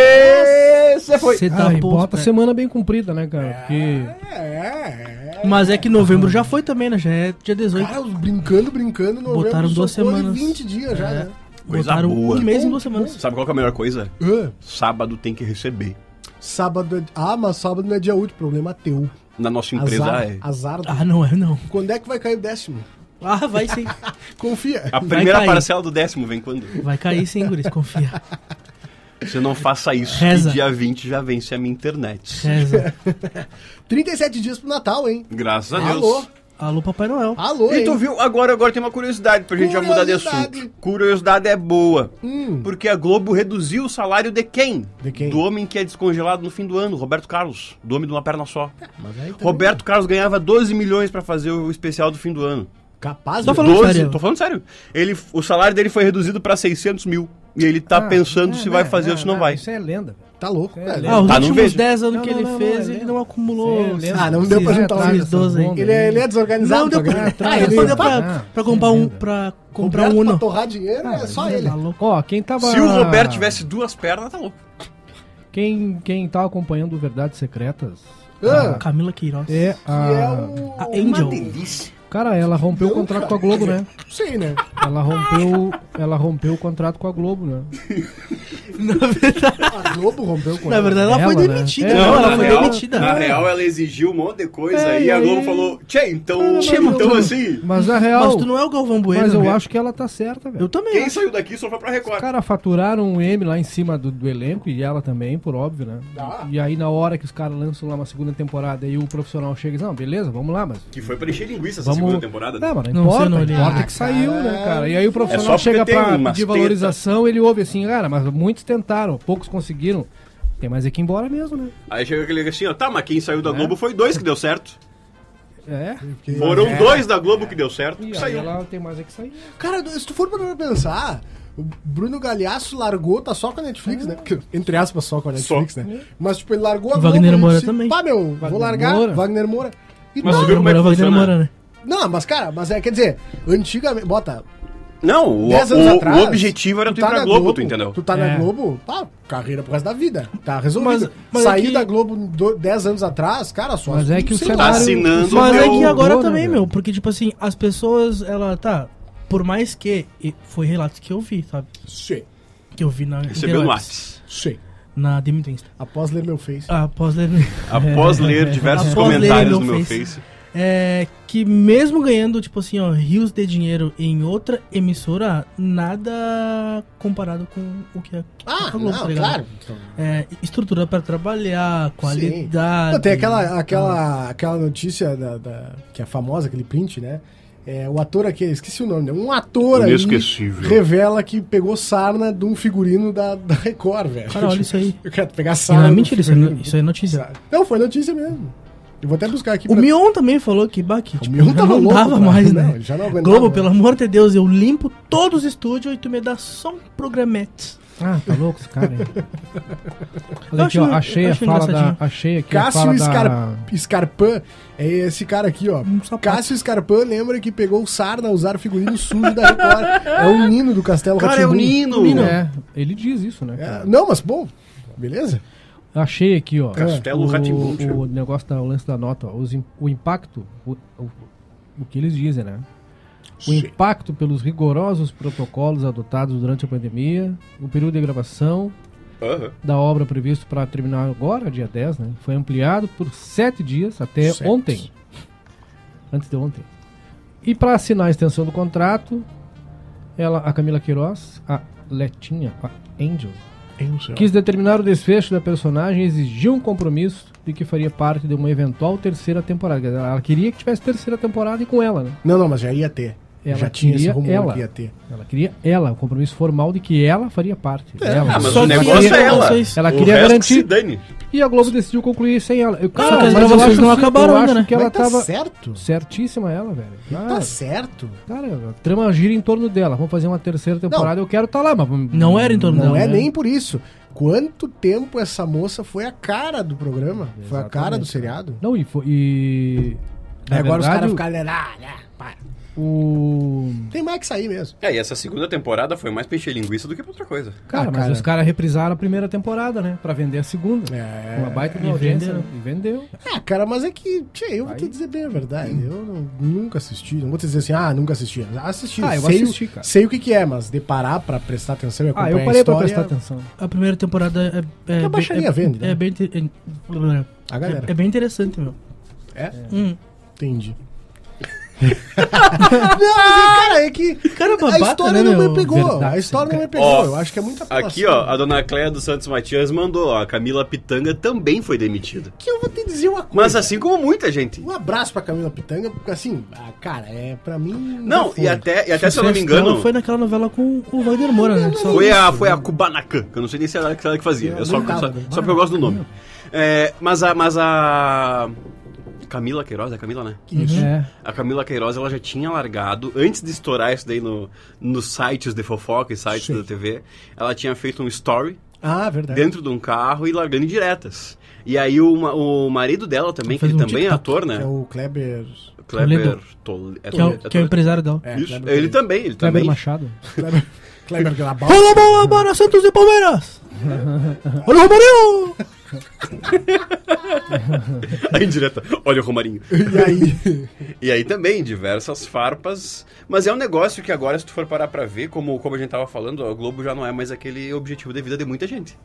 Essa foi.
Você dá
Ah, e
ponto,
bota
né?
semana bem comprida, né, cara? Porque
é, é.
Mas é que novembro já foi também, né? Já é dia 18.
Cara, os brincando, brincando, novembro
Botaram duas
socou de
semanas. É.
20 dias já, né?
Coisa
Botaram
boa.
um mês
Bom,
em duas semanas.
Sabe qual que é a melhor coisa?
Ah,
Sábado tem que receber.
Sábado é... Ah, mas sábado não é dia útil, problema teu.
Na nossa empresa.
azar,
é.
azar do-
Ah, não é não.
Quando é que vai cair o décimo?
Ah, vai sim.
Confia.
A
Vai
primeira
cair.
parcela do décimo vem quando?
Vai cair sim, guris, confia.
Você não faça isso,
Reza.
que dia 20 já vence a minha internet.
Reza.
37 dias pro Natal, hein?
Graças a Deus.
Alô,
Alô, Papai Noel.
alô,
E tu
hein?
viu, agora, agora tem uma curiosidade pra gente já mudar de
Curiosidade.
assunto. Curiosidade é boa.
Hum.
Porque a Globo reduziu o salário de quem?
De quem?
Do homem que é descongelado no fim do ano, Roberto Carlos. Do homem de uma perna só.
Mas aí também-
Roberto Carlos ganhava 12 milhões pra fazer o especial do fim do ano.
Capaz,
Tô
meu.
Tá falando sério.
Tô falando sério. Ele, o salário dele foi reduzido pra 600 mil. E ele tá
Ah,
pensando
é,
se vai
né,
fazer
é,
ou se não
né,
vai.
Isso é lenda.
Tá louco,
É,
velho.
Ah, os
Tá, não
últimos
vejo.
10 anos
Não,
que
não,
ele
não,
fez,
é
ele
lenda.
não acumulou.
Isso é lenda.
Ah, não deu pra
Sim,
juntar
atrás
os
esses 12 aí.
dessa
Ele é, ele é desorganizado.
Não deu
pra
pra,
ganhar.
atrás,
ah,
ele-
não deu pra,
Ah,
pra comprar um,
lenda.
pra comprar
Roberto
um
pra
Uno.
torrar dinheiro é só ele.
Tá louco.
Ó, quem tava.
Se o
Ah.
Roberto tivesse duas pernas, tá louco.
Quem, quem tá acompanhando o Verdades Secretas
Ah,
Camila Queiroz.
é a.
que é o...
A Angel.
Cara, ela rompeu o contrato com a Globo, né?
Sei, né?
Ela rompeu, ela rompeu o contrato com a Globo, né?
A Globo rompeu com
Na verdade, ela,
Ela,
foi
né?
demitida.
É,
Não,
não,
ela
na
foi
real-
demitida.
ela exigiu um monte de coisa
É, e aí-
Tchê, então.
Tchê, mas tu-
assim.
Mas a real.
Mas tu não é o Galvão Bueno.
mas eu
né?
acho que ela tá certa, velho.
Eu também. acho.
saiu daqui só foi pra
Os
Record.
caras faturaram um M lá em cima do, do elenco e ela também, por óbvio, né? E aí, na hora que os caras lançam lá uma segunda temporada, aí o profissional chega e diz: Não, beleza, vamos lá, mas.
Que foi pra encher linguiça essa
Vamos...
né?
Não, mas
Não
não importa,
sei, não
não
olhei.
importa
Ah,
que saiu, né, cara? E aí o
É só
profissional
porque
chega
tem
pra
umas
pedir
tetas.
valorização, ele ouve assim: Cara, mas muitos tentaram, poucos conseguiram. Tem mais é que ir embora mesmo, né?
Aí chega aquele assim, ó, tá, mas quem saiu da Globo foi dois que deu certo.
É.
Foram dois da Globo que deu certo, que
E aí
saiu.
ela tem mais é que sair.
Cara, se tu for pra pensar, o Bruno Galhaço largou, tá só com a Netflix, né? Porque, Entre aspas, só com a Netflix,
Só.
né? Mas, tipo, ele largou a
Wagner
Globo e
Moura
disse,
também.
Pá, meu, vou
Wagner
largar.
Moura.
Wagner Moura. E
Mas
não,
tu viu como é que
Agora vai
funciona?
demorar, né?
não, mas, cara, mas é, quer dizer, antigamente, bota,
Não, o,
10 anos
o-
atrás...
o objetivo era tu ir
tá
pra
na
Globo, tu entendeu?
Tu tá na
É.
Globo, pá, carreira pro resto da vida, tá resolvido.
Mas- mas é
Sair
que-
da Globo do- 10 anos atrás, cara, só...
Mas é que o
sei lá.
cenário.
tá assinando
o
Mas é
meu-
cenário
que agora
mudou, né,
também,
velho?
meu, porque, tipo assim, as pessoas, ela tá. Por mais que. e Foi relatos que eu vi, sabe?
Sei,
Que eu vi na.
Recebeu um no
Interwebs,
Whats.
sei.
Na Demitência.
Após ler meu face.
Após ler.
Após ler diversos
Após ler
comentários
meu
no meu
Face.
Face.
É que mesmo ganhando, tipo assim, ó, rios de dinheiro em outra emissora, nada comparado com o que é.
Ah,
com a Globo,
não,
tá ligado?
claro. Então,
É, estrutura pra trabalhar, qualidade. Ah,
Não, tem aquela, aquela, aquela notícia da, da- que é famosa, aquele print, né? É, o ator aqui, esqueci o nome, né? Um ator aí
Inesquecível.
revela que pegou sarna de um figurino da, da Record, velho.
Cara, olha isso aí.
Eu quero pegar
E não
sarna.
é
do
mentira, isso é,
figurino.
isso é notícia.
Não, foi notícia mesmo. Eu vou até buscar aqui.
O Mion também falou que, bah, que tipo,
Mion
já
tava
não
louco,
dava
cara.
mais,
Não,
né?
ele já não aguentava
Globo,
mais.
pelo amor de Deus, eu limpo todos os estúdios e tu me dá só um programete.
Ah, tá louco esse cara, hein? Olha
Eu
aqui, ó,
acho-
achei
eu
a
acho
fala da.
engraçadinho.
Achei aqui a fala
Cássio Scar...
da.
Scarpan é esse cara aqui, ó.
Um sapato.
Cássio Scarpan lembra que pegou sarna ao usar figurino sujo da Record. É o Nino do Castelo
Cara, é o
Rá-Tim-Bum.
Nino.
É, ele diz isso, né?
É,
cara?
não, mas bom, beleza?
Achei aqui, ó.
Castelo
o,
Rá-Tim-Bum, tio.
o negócio da o lance da nota, ó, os im- o impacto, o, o, o que eles dizem, né? O impacto pelos rigorosos protocolos adotados durante a pandemia, o período de gravação
Aham.
da obra previsto para terminar agora, dia 10, né? Foi ampliado por sete dias até
Sete.
ontem. Antes de ontem. E para assinar a extensão do contrato, ela, a Camila Queiroz, a Letinha, a Angel, quis determinar o desfecho da personagem e exigiu um compromisso de que faria parte de uma eventual terceira temporada. Quer dizer, Ela queria que tivesse terceira temporada e com ela, né?
Não, não, mas já ia ter.
Ela
já tinha esse
queria
rumor
ela.
que ia ter.
Ela queria ela, o compromisso formal de que ela faria parte. Ela.
Ah, mas
Só
o
que
negócio
ela-
é ela.
ela
O
queria
resto que
garantir-
se dane.
E a Globo decidiu concluir sem ela. Eu,
que as
mas eu
gravações
acho
não
que-
acabaram
eu
ainda,
acho
né?
que ela
Mas tá
tava
certo?
certíssima ela, velho. Ah,
Tá certo.
cara, a trama gira em torno dela. Vamos fazer uma terceira temporada, eu quero estar lá, mas
Não era em torno
Não,
dela,
é
né?
nem por isso. Quanto tempo essa moça foi a cara do programa? Foi a cara do seriado?
Não, e foi e
Aí
na
agora os
verdade,
caras
o-
ficaram. né, Ah, né, para.
O.
Tem mais que sair mesmo.
É, e essa segunda temporada foi mais peixe linguiça do que pra outra coisa.
Cara,
Ah,
mas
cara.
os caras reprisaram a primeira temporada, né? Pra vender a segunda.
É.
Uma baita de
E
uma audiência. né?
vendeu.
E vendeu.
Ah, cara, mas é que, tchê, eu vou te dizer bem a verdade. Eu não- nunca assisti. Não vou te dizer assim, ah, nunca assisti. Assisti.
Ah, eu
sei, o-
assisti, cara.
Sei o que, que é, mas de parar pra prestar atenção e
Ah,
acompanhar
eu parei
a
pra
história,
prestar atenção.
A primeira temporada é. é
a
bem-
baixaria
é,
vende, né?
É bem, inte- é,
A galera.
é bem interessante, meu.
É?
Hum.
Entendi. não, mas, cara, é que
Cara,
a
babaca,
história
né,
não
meu?
me pegou. a
Verdade,
história não me pegou.
Ó,
eu acho que é muita apelação.
Aqui, ó, a dona Cléia dos Santos Matias mandou, ó, a Camila Pitanga também foi demitida.
Que eu vou te dizer uma coisa.
Mas assim como muita gente.
Um abraço pra Camila Pitanga, porque assim, ah, cara, é pra mim.
Não, e até, e até se eu não me
Sextão
engano,
Foi naquela novela com o Wagner Moura, né? Só-
foi a, foi a Kubanacan, que eu não sei nem se era ela que, ela que fazia.
Eu
Eu só,
lembrava
só,
do-
só porque eu gosto do nome. É, mas a. Mas a. Camila Queiroz, é a Camila, né?
Isso.
É.
A Camila Queiroz ela já tinha largado, antes de estourar isso daí no, nos sites de fofoca e sites
Sim.
da TV, ela tinha feito um story
Ah,
É.
verdade.
dentro de um carro e largando em diretas. E aí o, ma- o marido dela também, que
Fez
ele
um
também é
TikTok, é
ator,
Que
né?
é o Kleber.
Kleber Tol-
Toledo.
é
Que é, o,
Toledo.
que é o empresário
Tá
dela.
É,
Isso,
Kleber
ele
Toledo.
também, ele
Kleber
também.
Machado.
Kleber, Kleber Grabal.
Alô, boa, bora, Santos e Palmeiras! Alô, Romarinho!
Aí em direta, olha o Romarinho.
E aí?
E aí também, diversas farpas. Mas é um negócio que agora, se tu for parar pra ver, como, como a gente tava falando, a Globo já não é mais aquele objetivo de vida de muita gente.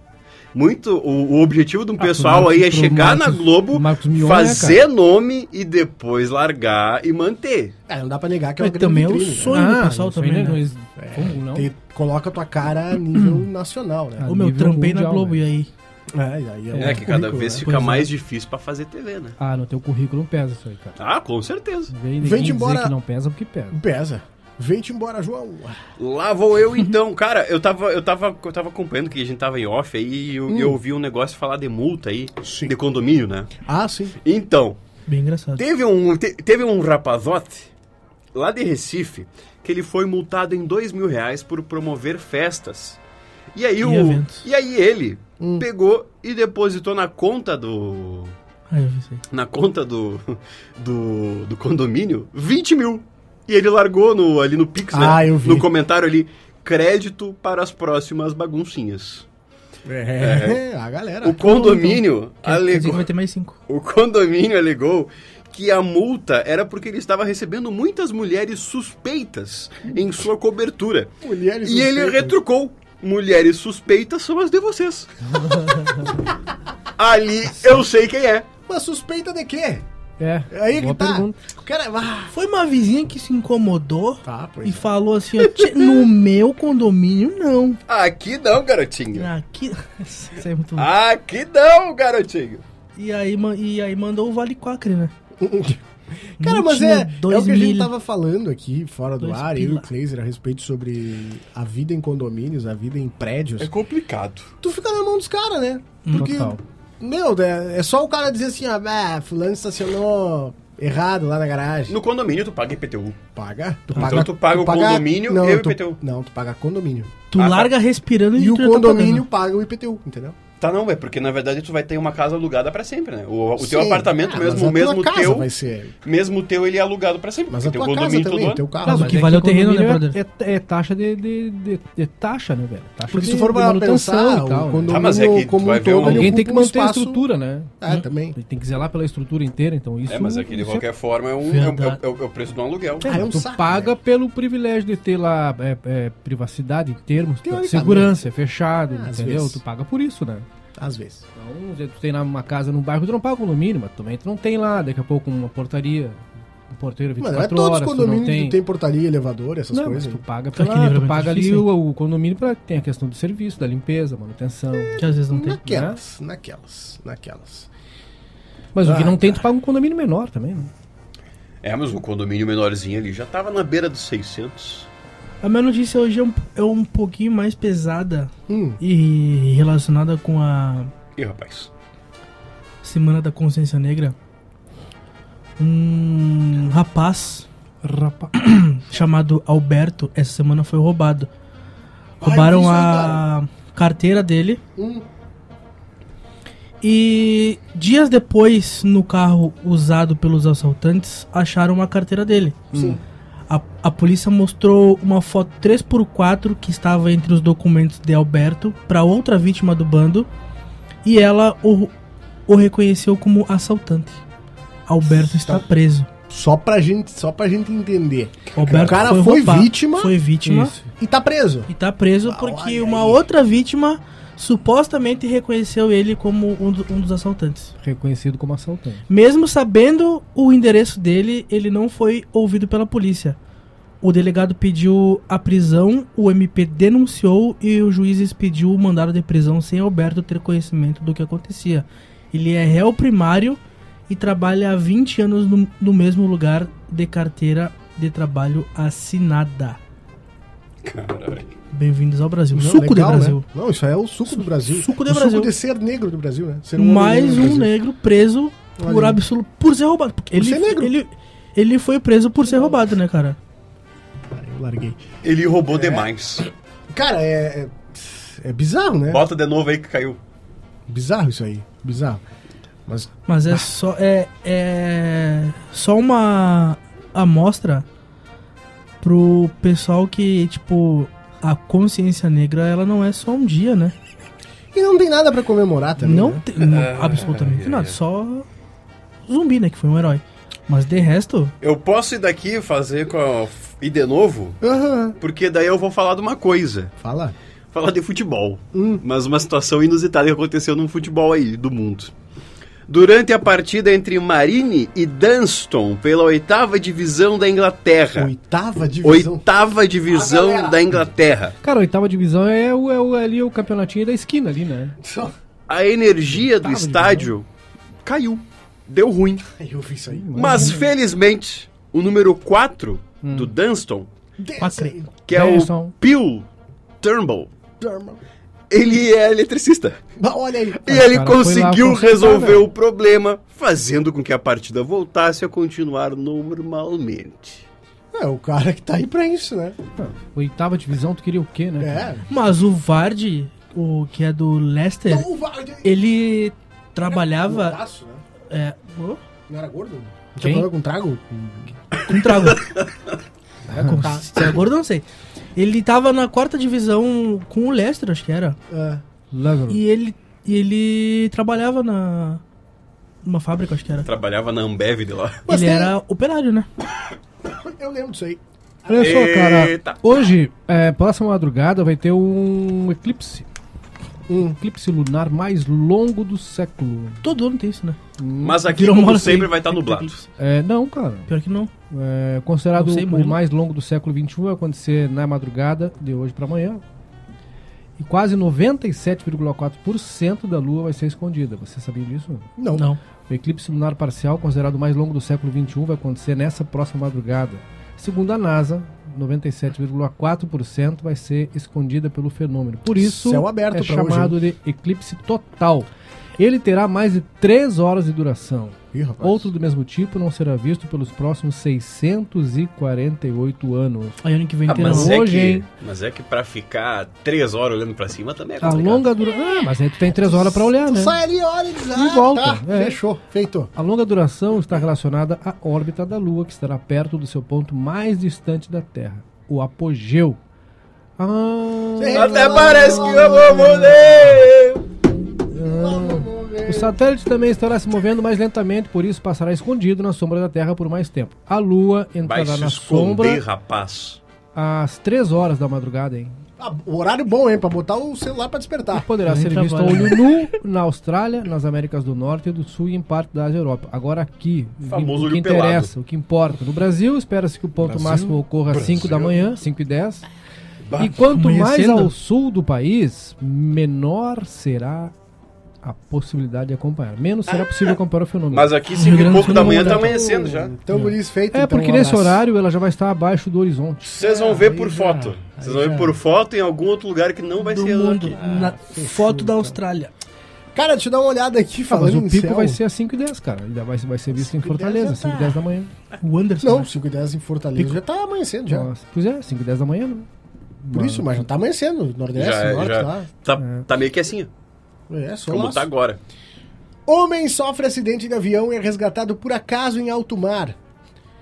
Muito. O, o objetivo de um pessoal
Ah, Marcos-
aí é
pro
chegar na
Marcos-
Globo,
Marcos Mion, né,
fazer nome e depois largar e manter.
É, não dá pra negar que é uma
Mas
grande
também é o
vitrine, né?
sonho do pessoal
Ah, isso
também,
aí não
né?
exi- Como não?
Te- coloca tua cara a nível nacional, né?
Ô, meu,
nível
trampei na
mundial,
Globo,
né?
e aí?
É, e aí é,
É,
um
que cada
currículo,
vez
né?
fica
Pois é.
mais difícil pra fazer TV, né?
Ah, no teu currículo pesa isso aí, cara.
Ah, com certeza.
Vem
Vem ninguém
de embora-
dizer que não pesa porque pesa.
Pesa. Vem-te embora, João.
Lá vou eu então, cara, eu tava, eu tava, eu tava acompanhando que a gente tava em off aí e
Hum.
eu, eu ouvi um negócio falar de multa aí,
Sim.
de condomínio, né?
Ah, sim.
Então,
Bem engraçado.
Teve um, te- teve um rapazote lá de Recife que ele foi multado em dois mil reais por promover festas. E aí,
E
o,
eventos.
e aí ele pegou e depositou na conta do.
Ah, eu vi isso aí.
Na conta do, do, do condomínio 20 mil. E ele largou no, ali no Pix, né?
Ah, eu vi.
No comentário ali, crédito para as próximas baguncinhas.
É, a galera.
O condomínio
Quer- quer dizer que
alegou.
vai ter mais cinco.
O condomínio alegou que a multa era porque ele estava recebendo muitas mulheres suspeitas em sua cobertura.
Mulheres
E ele
suspeitas.
retrucou: mulheres suspeitas são as de vocês. Ali eu sei quem é.
Mas suspeita de quê?
É.
É Aí que
boa
tá.
pergunta.
O cara. Ah,
Foi uma vizinha que se incomodou
tá, pois.
e
é.
falou assim, ó, "Tchê, no meu condomínio, não.
Aqui não, garotinho.
Aqui... Isso aí é muito bom.
Aqui não, garotinho.
E, aí, ma- e aí mandou o Vale Quacre, né?
Cara,
Não
mas
tinha
é, é o
dois
que a gente
mil.
tava falando aqui, fora do
Dois
ar, eu e
pila.
o Kleiser, a respeito sobre a vida em condomínios, a vida em prédios.
É. complicado.
Tu fica na mão dos caras, né?
Hum.
Porque,
Total.
meu, é, é só o cara dizer assim, ó, ah, fulano estacionou errado lá na garagem.
No condomínio tu paga IPTU.
Paga. Tu
tu paga o condomínio e o
tu-
IPTU.
Não, tu paga condomínio.
Tu
Ah, tá.
larga respirando e,
E o
tu já tá
condomínio paga o IPTU, entendeu?
Tá não, é porque na verdade tu vai ter uma casa alugada pra sempre, né? O, o teu
Sim.
apartamento
Ah, mas
mesmo,
a
o mesmo
tua casa
teu,
vai ser...
mesmo teu ele é alugado pra sempre.
Mas a
porque
tua
teu
casa
condomínio todo
também,
ano-
teu carro.
Mas o
né?
que
é
vale é o terreno, né,
condomínio
brother?
é- É, é taxa de, de, de- de taxa, né, velho? Taxa
Porque
de,
se for
de
pra
manutenção
pensar,
e tal.
o
né?
condomínio
Tá, mas é que tu
como
vai
um
ver
todo,
um-
ele
Alguém
ocupa
tem que
um
manter a
espaço-
estrutura, né?
Ah, também.
Ele tem que zelar pela estrutura inteira, então isso.
É, mas aqui de
isso
qualquer forma é, um, é, um-
Verdade.
é o- é o preço de um aluguel.
Ah, é um
tu
saco,
paga
né?
pelo privilégio de ter lá é, é, privacidade em termos,
Teoricamente.
segurança, é fechado,
Ah, às
entendeu?
vezes.
Tu paga por isso, né?
Às vezes.
Então, se tu tem lá uma casa no bairro, tu não paga o condomínio, mas também tu não tem lá, daqui a pouco uma portaria, um porteiro
Mano, é
24
todos os
horas, tu não
condomínios que
tem...
tem portaria, elevador, essas
Não, mas
coisas.
tu
né?
paga,
Pra
pela,
equilíbrio
tu
é
paga ali
difícil,
o, o condomínio pra tem a questão do serviço, da limpeza, manutenção.
É.
Que às vezes não tem.
Naquelas, naquelas, naquelas.
Mas o que
Ah,
não tem, tu paga um condomínio menor também, né?
É, mas o condomínio menorzinho ali já tava na beira dos 600.
A minha notícia hoje é um, é um pouquinho mais pesada
Hum.
e relacionada com a
Ih, rapaz.
Semana da Consciência Negra. Um rapaz
Rapaz.
chamado Alberto essa semana foi roubado. Roubaram
vi isso aí,
a carteira dele
Hum.
e dias depois, no carro usado pelos assaltantes, acharam uma carteira dele.
Sim.
A, a polícia mostrou uma foto 3x4 que estava entre os documentos de Alberto para outra vítima do bando e ela o, o reconheceu como assaltante. Alberto está preso.
Só pra gente, só pra gente entender.
Alberto
O cara foi
roubar-
vítima?
Foi vítima
Isso.
E tá preso.
e tá preso porque
Ah, olha
uma
aí.
outra vítima supostamente reconheceu ele como um, do- um dos assaltantes.
Reconhecido como assaltante.
Mesmo sabendo o endereço dele, ele não foi ouvido pela polícia. O delegado pediu a prisão, o MP denunciou e o juiz expediu o mandado de prisão sem Alberto ter conhecimento do que acontecia. Ele é réu primário e trabalha há 20 anos no, no mesmo lugar de carteira de trabalho assinada.
Caralho.
Bem-vindos ao Brasil.
Não,
Um Suco
legal,
do Brasil.
Né? Não, isso aí é o suco do Brasil.
suco do
o
Brasil.
suco de ser negro do Brasil, né? Ser homem
mais
negro do
um
Brasil.
negro preso por
Olha aí.
absoluto por ser roubado. Porque ele,
ser negro.
ele ele foi preso por ser roubado, né, cara?
Eu larguei.
Ele
É.
roubou demais.
Cara, é. É, é bizarro, né?
Bota de novo aí que caiu.
Bizarro isso aí. Bizarro. Mas
Mas é só é, é só uma amostra pro pessoal que tipo a consciência negra ela não é só um dia, né?
E não tem nada pra comemorar também.
não
né?
tem não, absolutamente nada, só zumbi, né, que foi um herói. Mas de resto,
Eu posso ir daqui fazer com a... e de novo,
Aham.
porque daí eu vou falar de uma coisa.
Fala.
Falar de futebol.
Hum.
Mas uma situação inusitada que aconteceu no futebol aí do mundo. Durante a partida entre Marine e Dunston pela oitava divisão da Inglaterra.
Oitava divisão. Ah,
Oitava divisão da Inglaterra.
Cara, a oitava divisão é, o, é o, ali o campeonatinho da esquina ali, né?
Só-
A energia do
Oitava
estádio caiu. Deu ruim.
Eu vi isso aí.
Mas felizmente, o número 4 do Dunston,
Desce aí,
que é o
Hum. Dunston.
Bill Turnbull,
turma.
ele é eletricista.
Ah, Olha aí.
E ele
cara, foi lá
conseguiu
consertar, né?
resolver
velho.
o problema, fazendo com que a partida voltasse a continuar normalmente.
É o cara que tá aí pra isso, né?
Oitava divisão, tu queria o quê, né? cara?
É.
mas o Vardy, o que é do Leicester,
Então, o Vardy-
ele trabalhava
Gordaço, né?
É.
Não era gordo? Não
Quem?
tinha problema com trago?
Com Um trago. Com- Se é gordo, não sei. Ele tava na quarta divisão com o Leicester, acho que era.
Ah,
É. Lázaro.
E ele, e ele trabalhava na. numa fábrica, acho que era.
Trabalhava na Ambev de lá.
Mas
ele
tem-
era operário, né?
É. eu lembro disso aí.
Olha só,
Eita.
cara. Hoje, é, próxima madrugada, vai ter um eclipse.
Hum.
Um eclipse lunar mais longo do século.
Todo ano tem isso, né?
Hum,
Mas aqui,
Virou
como
mola,
sempre,
sim.
vai tá estar nublado.
É, não, cara.
Pior que não.
É, considerado
Não sei,
o
Murilo.
mais longo do século XXI, vai acontecer na madrugada de hoje para amanhã. E quase 97,4% da Lua vai ser escondida. Você sabia disso?
Não.
Não.
O eclipse lunar parcial, considerado o mais longo do século XXI, vai acontecer nessa próxima madrugada. Segundo a NASA, 97,4% vai ser escondida pelo fenômeno. Por isso,
Céu aberto
é
pra hoje,
chamado de eclipse total. Ele terá mais de 3 horas de duração.
Ih, rapaz.
Outro do mesmo tipo não será visto pelos próximos 648 anos.
Aí ano que vem
Ah,
tem um
mas,
não.
é
hoje,
que,
hein?
mas é que pra ficar três horas olhando pra cima também é
A
complicado.
Tá longa duração. Ah, mas aí tu tem 3 horas para olhar, né?
Sai ali, olha e diz, ah,
volta,
tá,
é.
fechou, feito.
A longa duração está relacionada à órbita da Lua, que estará perto do seu ponto mais distante da Terra, o apogeu. Ah,
né?
Até parece que eu vou morrer!
o satélite também estará se movendo mais lentamente, por isso passará escondido na sombra da Terra por mais tempo. A Lua
Vai
entrará
se
na
esconder,
sombra
rapaz.
às 3 horas da madrugada, hein?
Ah, o horário bom, hein? Pra botar o celular pra
Ah,
despertar.
Poderá
Nem
ser visto a
trabalho.
olho nu na Austrália, nas Américas do Norte e do Sul e em parte da Ásia e Europa. Agora aqui,
Famoso
o que
olho pelado.
interessa, o que importa. No Brasil, espera-se que o ponto
Brasil,
máximo ocorra às 5 da manhã, 5 e 10. E quanto
amanhã
mais
cedo.
ao sul do país, menor será a possibilidade de acompanhar. Menos será possível acompanhar o fenômeno.
Mas aqui, cinco
Grande
e pouco
do
da
Sul
manhã
não
tá
dá pra-
amanhecendo já.
Então, guris, feito.
é
então,
porque
um
nesse
abraço.
horário ela já vai estar abaixo do horizonte.
Vocês vão ver
aí
por
já-
foto.
aí
Vocês vão ver
já.
por foto em algum outro lugar que não vai
Do
ser
mundo.
aqui.
Ah,
na foto da Austrália.
Cara, deixa eu dar uma olhada aqui,
Ah, mas
falando
o
em
pico
céu.
vai ser às 5 e 10, cara. Ainda vai, vai ser visto em
5 e 10
Fortaleza,
já
5 e
tá.
10 da manhã.
O Anderson.
Não,
né?
5 e 10 em Fortaleza já tá amanhecendo já. Um
Nossa, Pois é, 5 e 10 da manhã, né?
Por isso, mas já tá amanhecendo. Nordeste,
Já, é,
norte,
já.
lá.
Tá, tá meio que assim, ó,
É, só
como
laço.
tá agora.
Homem sofre acidente de avião e é resgatado por acaso em alto mar.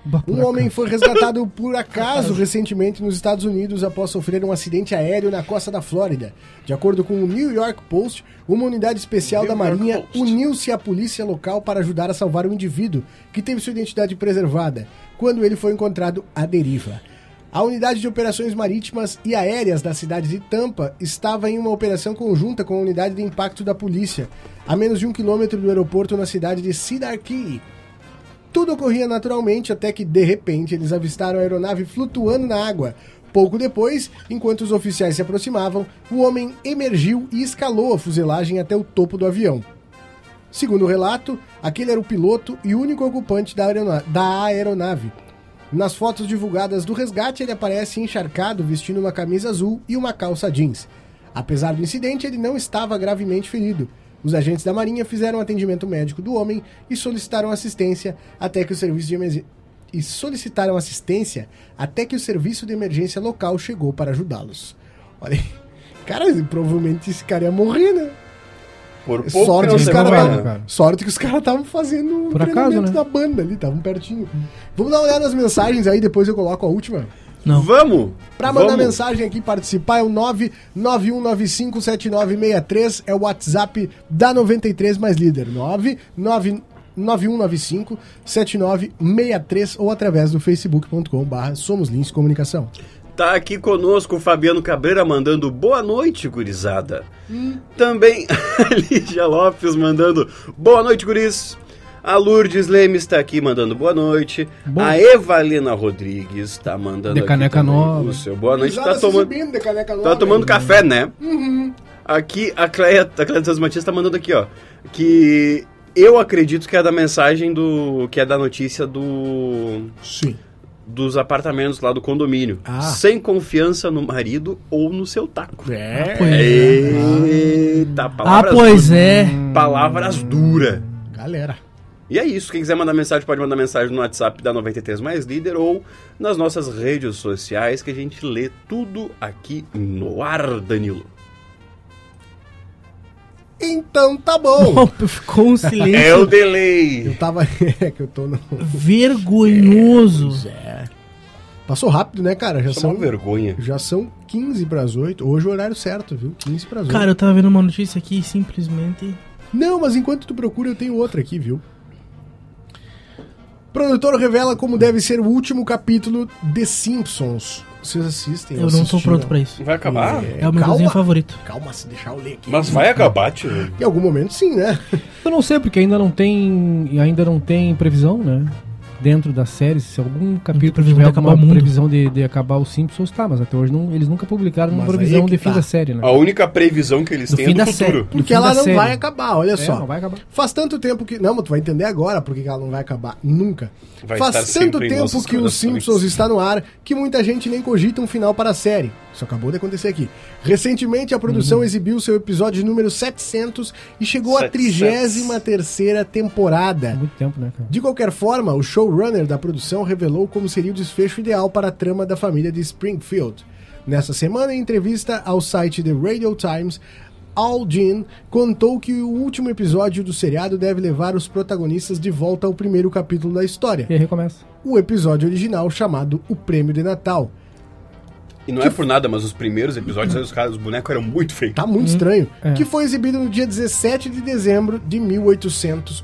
Bah, por
Um
acaso.
homem foi resgatado por acaso recentemente nos Estados Unidos após sofrer um acidente aéreo na costa da Flórida. De acordo com o New York Post, uma unidade especial da
New York
Marinha
Post.
uniu-se à polícia local para ajudar a salvar o indivíduo, que teve sua identidade preservada, quando ele foi encontrado à deriva. A unidade de operações marítimas e aéreas da cidade de Tampa estava em uma operação conjunta com a unidade de impacto da polícia, a menos de um quilômetro do aeroporto na cidade de Cedar Key, tudo ocorria naturalmente até que, de repente, eles avistaram a aeronave flutuando na água. Pouco depois, enquanto os oficiais se aproximavam, o homem emergiu e escalou a fuselagem até o topo do avião. Segundo o relato, aquele era o piloto e único ocupante da, aerona- da aeronave. Nas fotos divulgadas do resgate, ele aparece encharcado, vestindo uma camisa azul e uma calça jeans. Apesar do incidente, ele não estava gravemente ferido. Os agentes da Marinha fizeram um atendimento médico do homem e solicitaram assistência até que o serviço de emergência e solicitaram assistência até que o serviço de emergência local chegou para ajudá-los. Olha, aí. cara, provavelmente esse cara ia morrer, né?
Por pouco
Sorte
não
que, os
sei
cara
como é,
tavam-
né?
tavam- sorte que os caras estavam fazendo o
Por acaso,
treinamento
né?
da banda ali, estavam pertinho. Vamos dar uma olhada nas mensagens aí, depois eu coloco a última.
Não.
Vamos!
Pra mandar
vamos.
mensagem aqui participar é o 991957963, é o WhatsApp da 93 mais líder. 991957963 ou através do facebook.com/barra Somos Lins Comunicação.
Tá aqui conosco o Fabiano Cabreira mandando boa noite, gurizada. Também a Lígia Lopes mandando boa noite, guris. A Lourdes Lemes está aqui mandando boa noite.
Bom.
A Evalina Rodrigues está mandando
De
aqui
caneca
também
nova.
o seu boa noite. Tá
Risada se
tomando,
exibindo de caneca
tá
nova.
tomando café, né? Aqui a Cleia, a Cleia dos Santos Matias tá mandando aqui, ó, que eu acredito que é da mensagem do que é da notícia do
Sim.
dos apartamentos lá do condomínio.
Ah.
Sem confiança no marido ou no seu taco.
É.
Pois é.
Eita,
Ah,
palavras
pois
duras.
é.
Hum. Palavras duras.
Galera.
E é isso. Quem quiser mandar mensagem, pode mandar mensagem no WhatsApp da 93 Mais Líder ou nas nossas redes sociais, que a gente lê tudo aqui no ar, Danilo.
Então tá bom.
Ficou um silêncio
É o delay.
Eu tava. É que eu tô no. É,
vergonhoso.
Passou rápido, né, cara? Já
Só
são,
vergonha.
já são 15 pras 8. Hoje é o horário certo, viu? 15 pras 8.
Cara, eu tava vendo uma notícia aqui e simplesmente.
Não, mas enquanto tu procura, eu tenho outra aqui, viu? Produtor revela como deve ser o último capítulo de Simpsons. Vocês assistem?
Eu não tô pronto pra isso.
Vai acabar?
É o meu
calma.
desenho favorito.
Calma, se deixar eu ler aqui.
Mas vai acabar, tio.
Em algum momento, sim, né?
Eu não sei, porque ainda não tem. Ainda não tem previsão, né? Dentro da série, se algum capítulo
previsão
tiver
de acabar
alguma
o mundo.
previsão de, de acabar os Simpsons, tá, mas até hoje não, eles nunca publicaram uma
Mas aí é
previsão
que
de fim
tá.
da série, né?
A única previsão que eles
Do
têm
fim
é
da
do futuro.
série.
Porque
fim
ela
da
não
série.
vai acabar, olha
É,
só.
não vai acabar.
Faz tanto tempo que. Não, mas tu vai entender agora porque que ela não vai acabar nunca.
Vai estar
Faz tanto
sempre em
tempo
nossos
que o
corações.
Simpsons está no ar que muita gente nem cogita um final para a série. Isso acabou de acontecer aqui. Recentemente, a produção
Uhum.
exibiu seu episódio número 700 e chegou à
700.
33 temporada.
Muito tempo, né, cara?
De qualquer forma, o showrunner da produção revelou como seria o desfecho ideal para a trama da família de Springfield. Nessa semana, em entrevista ao site The Radio Times, Al Jean contou que o último episódio do seriado deve levar os protagonistas de volta ao primeiro capítulo da história,
E aí recomeça.
o episódio original chamado O Prêmio de Natal.
E não é por nada, mas os primeiros episódios, os, caras, os bonecos eram muito feios.
Tá muito estranho.
é.
Que foi exibido no dia 17 de dezembro de 1800,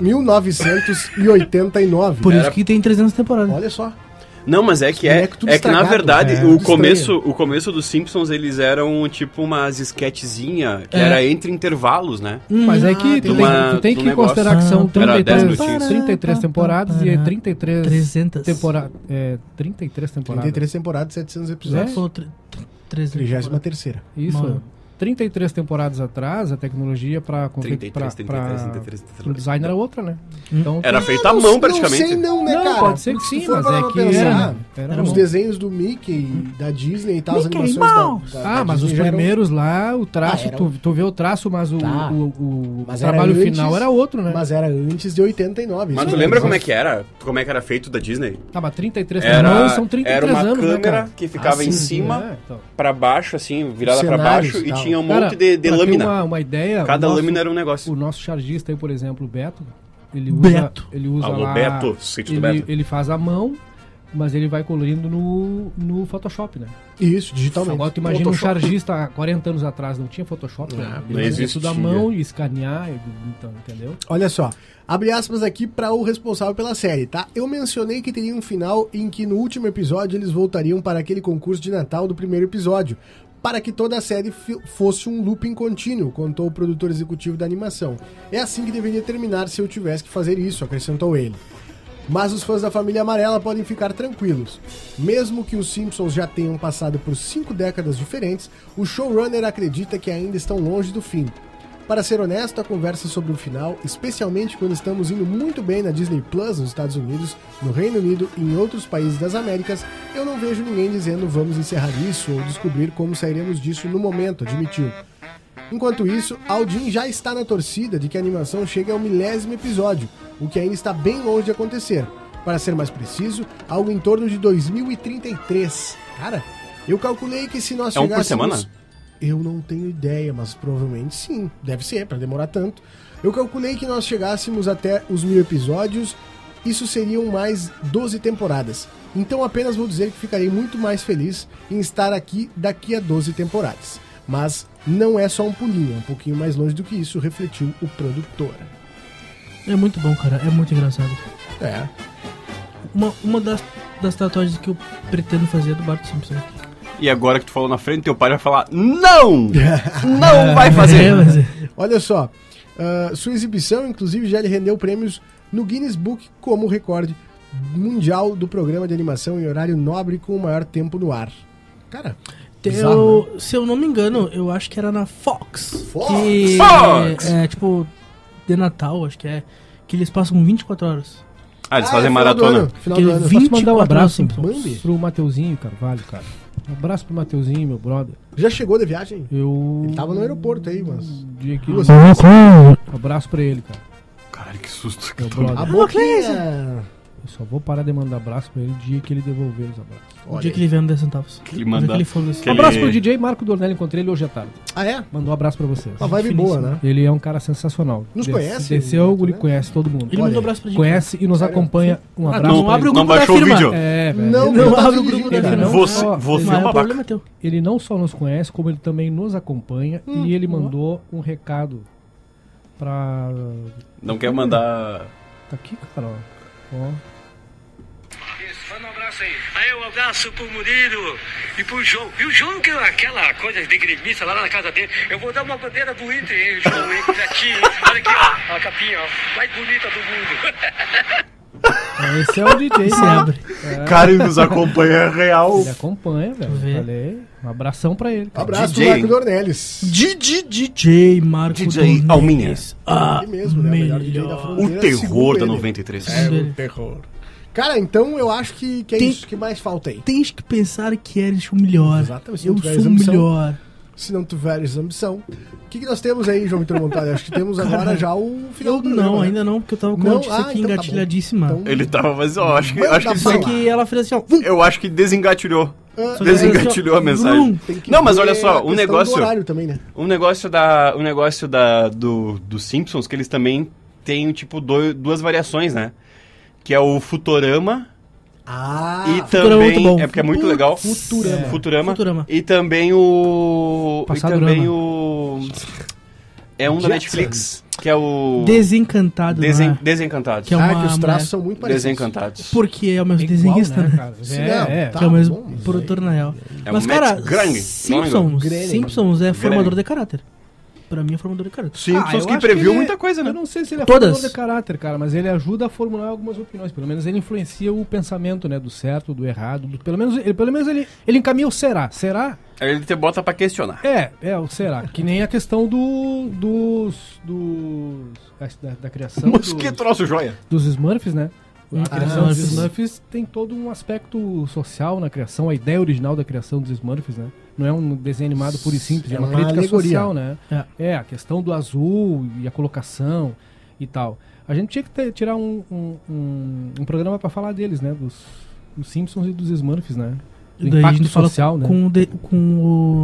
1989.
Por
Era-
isso que tem 300 temporadas.
Olha só.
Não, mas é que
Os
é,
bonecos tudo
é que na
estragado,
verdade
né?
o
Tudo
começo, o começo dos Simpsons eles eram tipo umas esquetezinha que
É.
era entre intervalos, né?
Um
Mas é que tu,
tem uma-
tem, tu tem
um
que
negócio.
considerar que são
Era 10
33,
minutinhos.
33 temporadas e é 33
300.
temporadas. É, 33 temporadas.
33 temporadas, 700
Já
episódios.
É? falou tre- tre- 300.
33 terceira.
Isso.
Mano.
33 temporadas atrás, a tecnologia para
33, 33, 33, 33.
o design era outra, né? Então,
Era
tu-
feito à mão praticamente.
Não sei não, Hum. né,
Não,
cara?
pode ser que
Se
sim,
for
mas
parar
é
pra
que era, né? Era
os
bom.
desenhos do Mickey, da Disney e tal, as
Mickey
animações
Mouse.
da, da, da
Ah, mas os
Disney já eram-
primeiros lá, o traço,
Ah, era-
tu, tu vê o traço, mas o,
Tá.
o, o- o
Mas era
trabalho
antes-
final era outro, né?
Mas era antes de 89. isso
Mas tu
mesmo.
lembra como é que era? Como é que era feito da Disney?
Tá, mas 33
Era,
não, são 33
era uma
anos, né,
câmera
cara?
que ficava
Ah,
em
sim,
cima,
É, então.
pra baixo assim, virada pra
Cenários
baixo
e
e
tal.
tinha um
Cara,
monte de, de
pra ter
lâmina.
Uma, uma ideia, o
Cada
nosso-
lâmina era um negócio.
O nosso chargista aí, por exemplo, o Beto, ele usa,
Beto.
ele usa
Alô,
lá-
Beto, sítio do
ele,
Beto.
ele faz a mão mas ele vai colorindo no, no Photoshop, né?
Isso, digitalmente.
Agora tu imagina um
Photoshop.
chargista há 40 anos atrás, não tinha Photoshop,
Não,
né?
não
Ele fazia tudo
Ah, existia.
à mão e escanear, e- então, entendeu?
Olha só, abre aspas aqui para o responsável pela série, tá? Eu mencionei que teria um final em que no último episódio eles voltariam para aquele concurso de Natal do primeiro episódio, para que toda a série fi- fosse um looping contínuo, contou o produtor executivo da animação. É assim que deveria terminar se eu tivesse que fazer isso, acrescentou ele. Mas os fãs da família amarela podem ficar tranquilos. Mesmo que os Simpsons já tenham passado por cinco décadas diferentes, o showrunner acredita que ainda estão longe do fim. Para ser honesto, a conversa sobre o final, especialmente quando estamos indo muito bem na Disney Plus nos Estados Unidos, no Reino Unido e em outros países das Américas, eu não vejo ninguém dizendo vamos encerrar isso ou descobrir como sairemos disso no momento, admitiu. Enquanto isso, Aldin já está na torcida de que a animação chegue ao milésimo episódio, o que ainda está bem longe de acontecer. Para ser mais preciso, algo em torno de 2033. Cara, eu calculei que se nós
É um por
chegássemos-
semana?
Eu não tenho ideia, mas provavelmente sim. Deve ser, para demorar tanto. Eu calculei que nós chegássemos até os mil episódios. Isso seriam mais 12 temporadas. Então apenas vou dizer que ficarei muito mais feliz em estar aqui daqui a 12 temporadas. Mas não é só um pulinho, é um pouquinho mais longe do que isso, refletiu o produtor.
É muito bom, cara. É muito engraçado.
É.
Uma, uma das, das tatuagens que eu pretendo fazer é do Bart Simpson.
E agora que tu falou na frente, teu pai vai falar: Não! Não vai
É,
fazer!
mas é.
Olha só, ah, sua exibição, inclusive, já lhe rendeu prêmios no Guinness Book como recorde mundial do programa de animação em horário nobre com o maior tempo no ar. Cara,
Tem-
bizarro, né?
eu- se eu não me engano, eu acho que era na Fox.
Fox!
Que
Fox!
É, é, tipo, de Natal, acho que é. Que eles passam 24 horas.
Ah, eles
Ah,
fazem
é final do
maratona.
ano, Final
Que
do
ele
ano.
vi-
Posso mandar
24
um abraço
Simpsons.
Mande.
pro Mateuzinho Carvalho, cara. Um abraço pro Mateuzinho, meu brother.
Já chegou da viagem?
Eu.
Ele tava no aeroporto aí, mas.
dia que-
Duas
Um abraço pra ele, cara.
Caralho, que susto. Então,
Meu
A
brother.
boquinha!
Eu só vou parar de mandar abraço pra ele o dia que ele devolver os abraços.
O
Olha aí.
dia é que ele vendo 10 centavos.
Que ele
O dia
manda-
que ele for desse-
que ele-
Abraço pro DJ Marco Dornelli, encontrei ele hoje à tarde.
Ah, é?
Mandou um abraço pra vocês.
Uma vibe
Finíssimo.
boa, né?
Ele é um cara sensacional.
Nos
Des-
conhece,
Desceu,
Neto,
ele
né?
conhece todo mundo.
Olha
Ele mandou um
aí.
abraço pra gente.
Conhece e nos acompanha. Um abraço.
não
pra
abre
ele.
o grupo da firma.
É, velho.
Não,
Ele-
Não
Não
abre o
acredito,
grupo da
cara.
firma.
Você-
Não,
você
mas
é um
o
babaca.
problema é teu.
Ele não só nos conhece, como ele também nos acompanha. e ele mandou um recado pra.
Não quer mandar.
Tá aqui, cara. Ó. Ó.
Manda um abraço aí. Aí um abraço pro Murilo e pro João. E o João, que é aquela coisa de gremista lá na casa dele, eu vou dar uma bandeira do Inter, hein, João, hein, pra ti, hein. Olha aqui, ó, a capinha, ó, mais bonita do mundo.
Esse é o DJ.
Esse abre.
Cara, ele nos acompanha real.
Ele acompanha,
Vê.
velho. Falei. Um abração pra ele. cara.
Abraço
DJ,
pro Marco
hein?
Dornelles.
DJ Marco
DJ
Dornelles.
Alminha.
Ah,
Ele mesmo, né? O melhor DJ da
O
melhor.
fronteira,
terror
segundo
da
ele.
93.
É,
Dele.
o terror. Cara, então eu acho que, que é
Tem-
isso que mais falta aí.
Tens que pensar que eres o melhor.
Exatamente, se
Eu
não tiver
sou o
ambição.
melhor.
Se não tiveres ambição. O que, que nós temos aí, João Vitor Montalha? Acho que temos agora já o final né?
Eu não, ainda não, porque eu tava com a
Não?
notícia
Ah,
aqui
então tá bom.
engatilhadíssima.
Então- É
Ele tava, mas eu acho que,
Manda
acho que isso
Só
aí-
bala.
que ela fez assim, ó. vum,
Eu acho que desengatilhou.
Ah,
Desengatilhou a mensagem. Não, mas olha só, um negócio,
horário também, né?
um negócio da, um negócio da do, dos Simpsons que eles também têm tipo doi- duas variações, né? Que é o Futurama
Ah,
e
Futurama é muito
também
bom.
é porque é muito legal.
Futurama.
É, Futurama.
Futurama.
E também o e
Passadorama.
também o é um da
Jetsons.
Netflix, que é o
Desencantado,
Desen-
né?
Desencantados.
Que é
ah,
uma-
que os traços
uma-
são muito parecidos.
Desencantados.
Porque é o mesmo
É
desenhista,
igual,
né?
cara?
Sim, não,
É, é.
tá.
que é o mesmo
bom, isso
produtor, na real.
É o
um
Mas,
Matt
cara,
Groening, não
Simpsons,
Groening.
Simpsons é formador
Groening.
de caráter. Pra mim é formador de caráter.
Ah, eu
Simpsons que
acho
previu
ele é-
muita coisa, né?
Eu não sei se ele é
Todas.
formador de caráter, cara, mas ele ajuda a formular algumas opiniões. Pelo menos ele influencia o pensamento, né? Do certo, do errado. do- pelo menos, ele, pelo menos ele, ele encaminha o será. Será?
Aí ele te bota pra questionar.
É, é o será. Que nem a questão do. dos. dos da, da criação.
Mas
dos-
que troço joia.
dos Smurfs, né? A
Ah,
criação dos
Smurfs.
Smurfs tem todo um aspecto social na criação, a ideia original da criação dos Smurfs, né? Não é um desenho animado puro e simples, é uma,
É uma
crítica
alegoria.
social, né? É. a questão do azul e a colocação e tal. A gente tinha que ter- tirar um, um, um- um programa pra falar deles, né? Dos, dos Simpsons e dos Smurfs, né? Do
E daí a
impacto
gente fala
social, né?
com, o de- com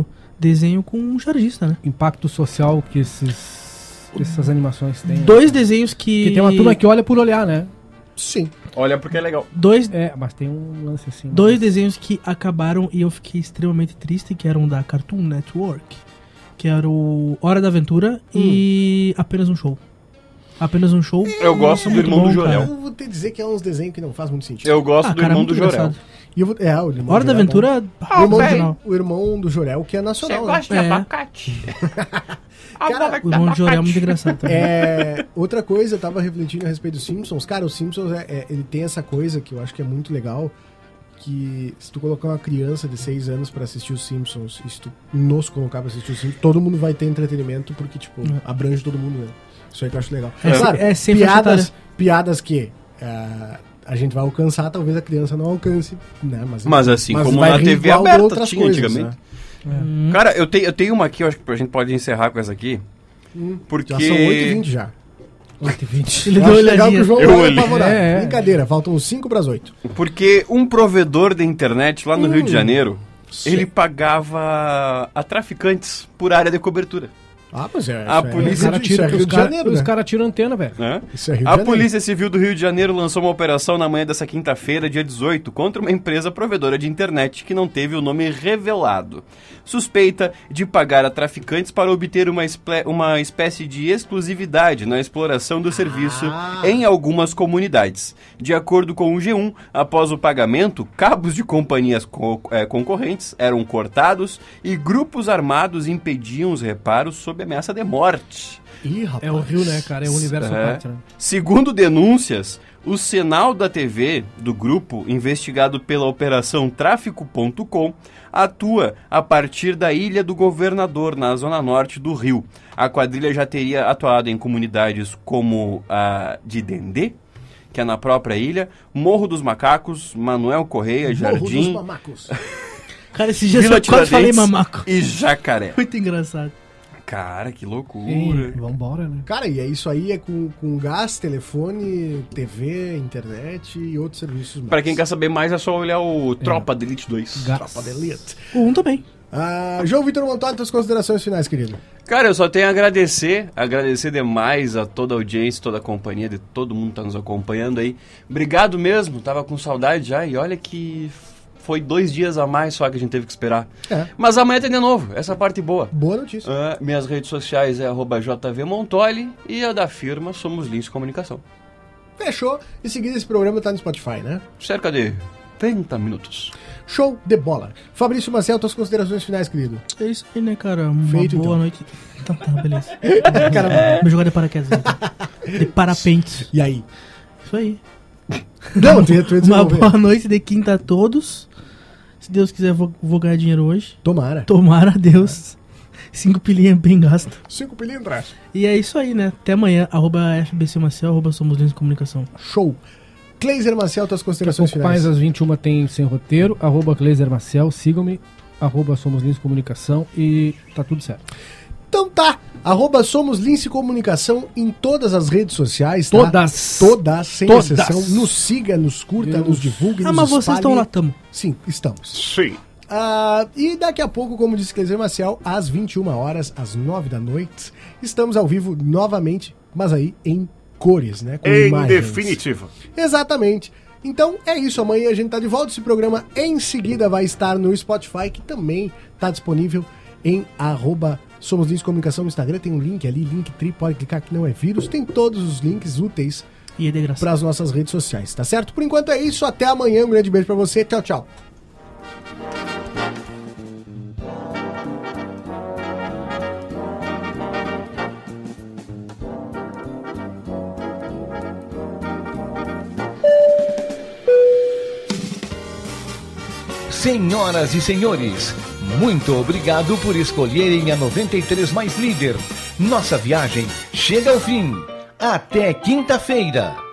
o desenho com um chargista, né?
Impacto social que esses, essas animações têm.
Dois desenhos que...
Porque tem uma turma que olha por olhar, né?
Sim.
Olha porque é legal.
Dois,
É, mas tem um lance assim.
dois desenhos que acabaram e eu fiquei extremamente triste, que eram da Cartoon Network, que era o Hora da Aventura e Apenas um Show. Apenas um Show.
Hum. Eu gosto do
muito
irmão do
bom,
Jorel.
cara.
Eu vou te dizer que é uns desenhos que não faz muito sentido.
Eu gosto
Ah,
do
cara,
irmão
muito
do Jorel.
engraçado.
E eu vou- é, o irmão
Hora
do
da
Jorel é bom.
Aventura,
O
ah,
irmão,
original.
do, o irmão do Jorel, que é nacional, né?
de É.
abacate?
Cara,
O irmão do Jorel é muito engraçado também.
É, outra coisa, eu tava refletindo a respeito dos Simpsons. Cara, os Simpsons, é- é- ele tem essa coisa que eu acho que é muito legal, que se tu colocar uma criança de 6 anos pra assistir os Simpsons, e se tu nos colocar pra assistir os Simpsons, todo mundo vai ter entretenimento, porque, tipo, abrange todo mundo, né? Isso aí que eu acho legal.
É,
claro,
é sempre
piadas,
essa
piadas que... ah, a gente vai alcançar, talvez a criança não alcance, né? Mas,
Mas assim como
vai
na
rir
TV
igual de
aberta
outras
tinha
coisas,
antigamente.
né?
Cara, eu tenho, eu tenho uma aqui, eu acho que a gente pode encerrar com essa aqui.
Hum.
Porque.
Já são 8h20 já.
20.
Ele
Eu acho
deu uma
é legal que
olhadinha.
o João
Eu
tá
olhei.
apavorado.
É, é.
Brincadeira, faltam 5 pras 8.
Porque um provedor de internet lá no Rio de Janeiro, ele pagava a traficantes por área de cobertura.
Ah, mas é.
A
isso é-
polícia
isso é
tira,
Rio
os
de
cara-
Janeiro,
os
né?
caras tiram antena, velho.
né?
Isso é Rio de
a
Janeiro.
Polícia Civil do Rio de Janeiro lançou uma operação na manhã dessa quinta-feira, dia 18, contra uma empresa provedora de internet que não teve o nome revelado. Suspeita de pagar a traficantes para obter uma, esple- uma espécie de exclusividade na exploração do serviço em algumas comunidades. De acordo com o G1, após o pagamento, cabos de companhias co- eh, concorrentes eram cortados e grupos armados impediam os reparos sob ameaça de morte.
Ih, rapaz.
É o Rio, né, cara? É o universo
É.
à parte, né?
Segundo denúncias, o sinal da TV do grupo, investigado pela operação Tráfico.com, atua a partir da ilha do governador, na zona norte do Rio. A quadrilha já teria atuado em comunidades como a de Dendê, que é na própria ilha, Morro dos Macacos, Manuel Correia,
Morro dos
Jardim
Mamacos.
Cara, esses dias
Vila
eu quase falei
Tiradentes
mamaco.
e Jacaré.
Muito engraçado.
Cara, que
Ei,
loucura.
vambora, né?
Cara, e é isso aí é com, com gás, telefone, TV, internet e outros serviços. mais.
Pra quem quer saber mais, é só olhar o Tropa de Elite 2.
Gás.
Tropa de Elite.
O um também.
Ah, João Vitor Montoni, tuas considerações finais, querido.
Cara, eu só tenho a agradecer, agradecer demais a toda a audiência, toda a companhia, de todo mundo que tá nos acompanhando aí. Obrigado mesmo, tava com saudade já e olha que foi dois dias a mais só que a gente teve que esperar.
É.
Mas amanhã tem de novo, essa parte boa.
Boa notícia.
Ah, minhas redes sociais é arroba jvmontoli e a da firma Somos Lins Comunicação.
Fechou. Em seguida, esse programa tá no Spotify, né?
Cerca de 30 minutos.
Show de bola. Fabrício Marcel, tuas considerações finais, querido.
É isso aí, né, cara? Uma
Feito,
boa
então.
noite. Então tá, beleza. Cara, me jogar de paraquedas. então. De parapente.
E aí?
Isso aí.
Não, tu ia, tu ia
Uma
desenvolver.
boa noite de quinta a todos. Se Deus quiser, vou, vou ganhar dinheiro hoje.
Tomara.
Tomara, Deus. Cinco pilinhas bem gasto.
Cinco pilindras.
E é isso aí, né? Até amanhã. Arroba FBC Marcel, arroba Somos Lindos Comunicação.
Show. Cleiser Marcel, tuas considerações
Pouco
finais.
mais às 21 tem sem roteiro, arroba Glazer Marcel, sigam-me, arroba Somos Lins Comunicação e tá tudo certo.
Então tá, arroba Somos Lince Comunicação em todas as redes sociais, tá?
Todas.
Todas, sem
Todas.
exceção. Nos siga, nos curta,
Deus.
nos divulgue,
Ah,
nos
mas vocês
espalhe.
estão lá, tamo.
Sim, estamos.
Sim.
Ah, e daqui a pouco, como disse Cleiser Marcial, às 21 horas, às 9 da noite, estamos ao vivo novamente, mas aí em cores, né? Com imagens. Exatamente. Então é isso, amanhã a gente tá de volta. Esse programa em seguida vai estar no Spotify, que também tá disponível em arroba Somos Lins Comunicação no Instagram. Tem um link ali, Linktree, pode clicar que não é vírus. Tem todos os links úteis
E é de graça.
para as nossas redes sociais, tá certo? Por enquanto é isso, até amanhã. Um grande beijo pra você, tchau, tchau.
Senhoras e senhores, muito obrigado por escolherem a 93 Mais Líder. Nossa viagem chega ao fim. Até quinta-feira.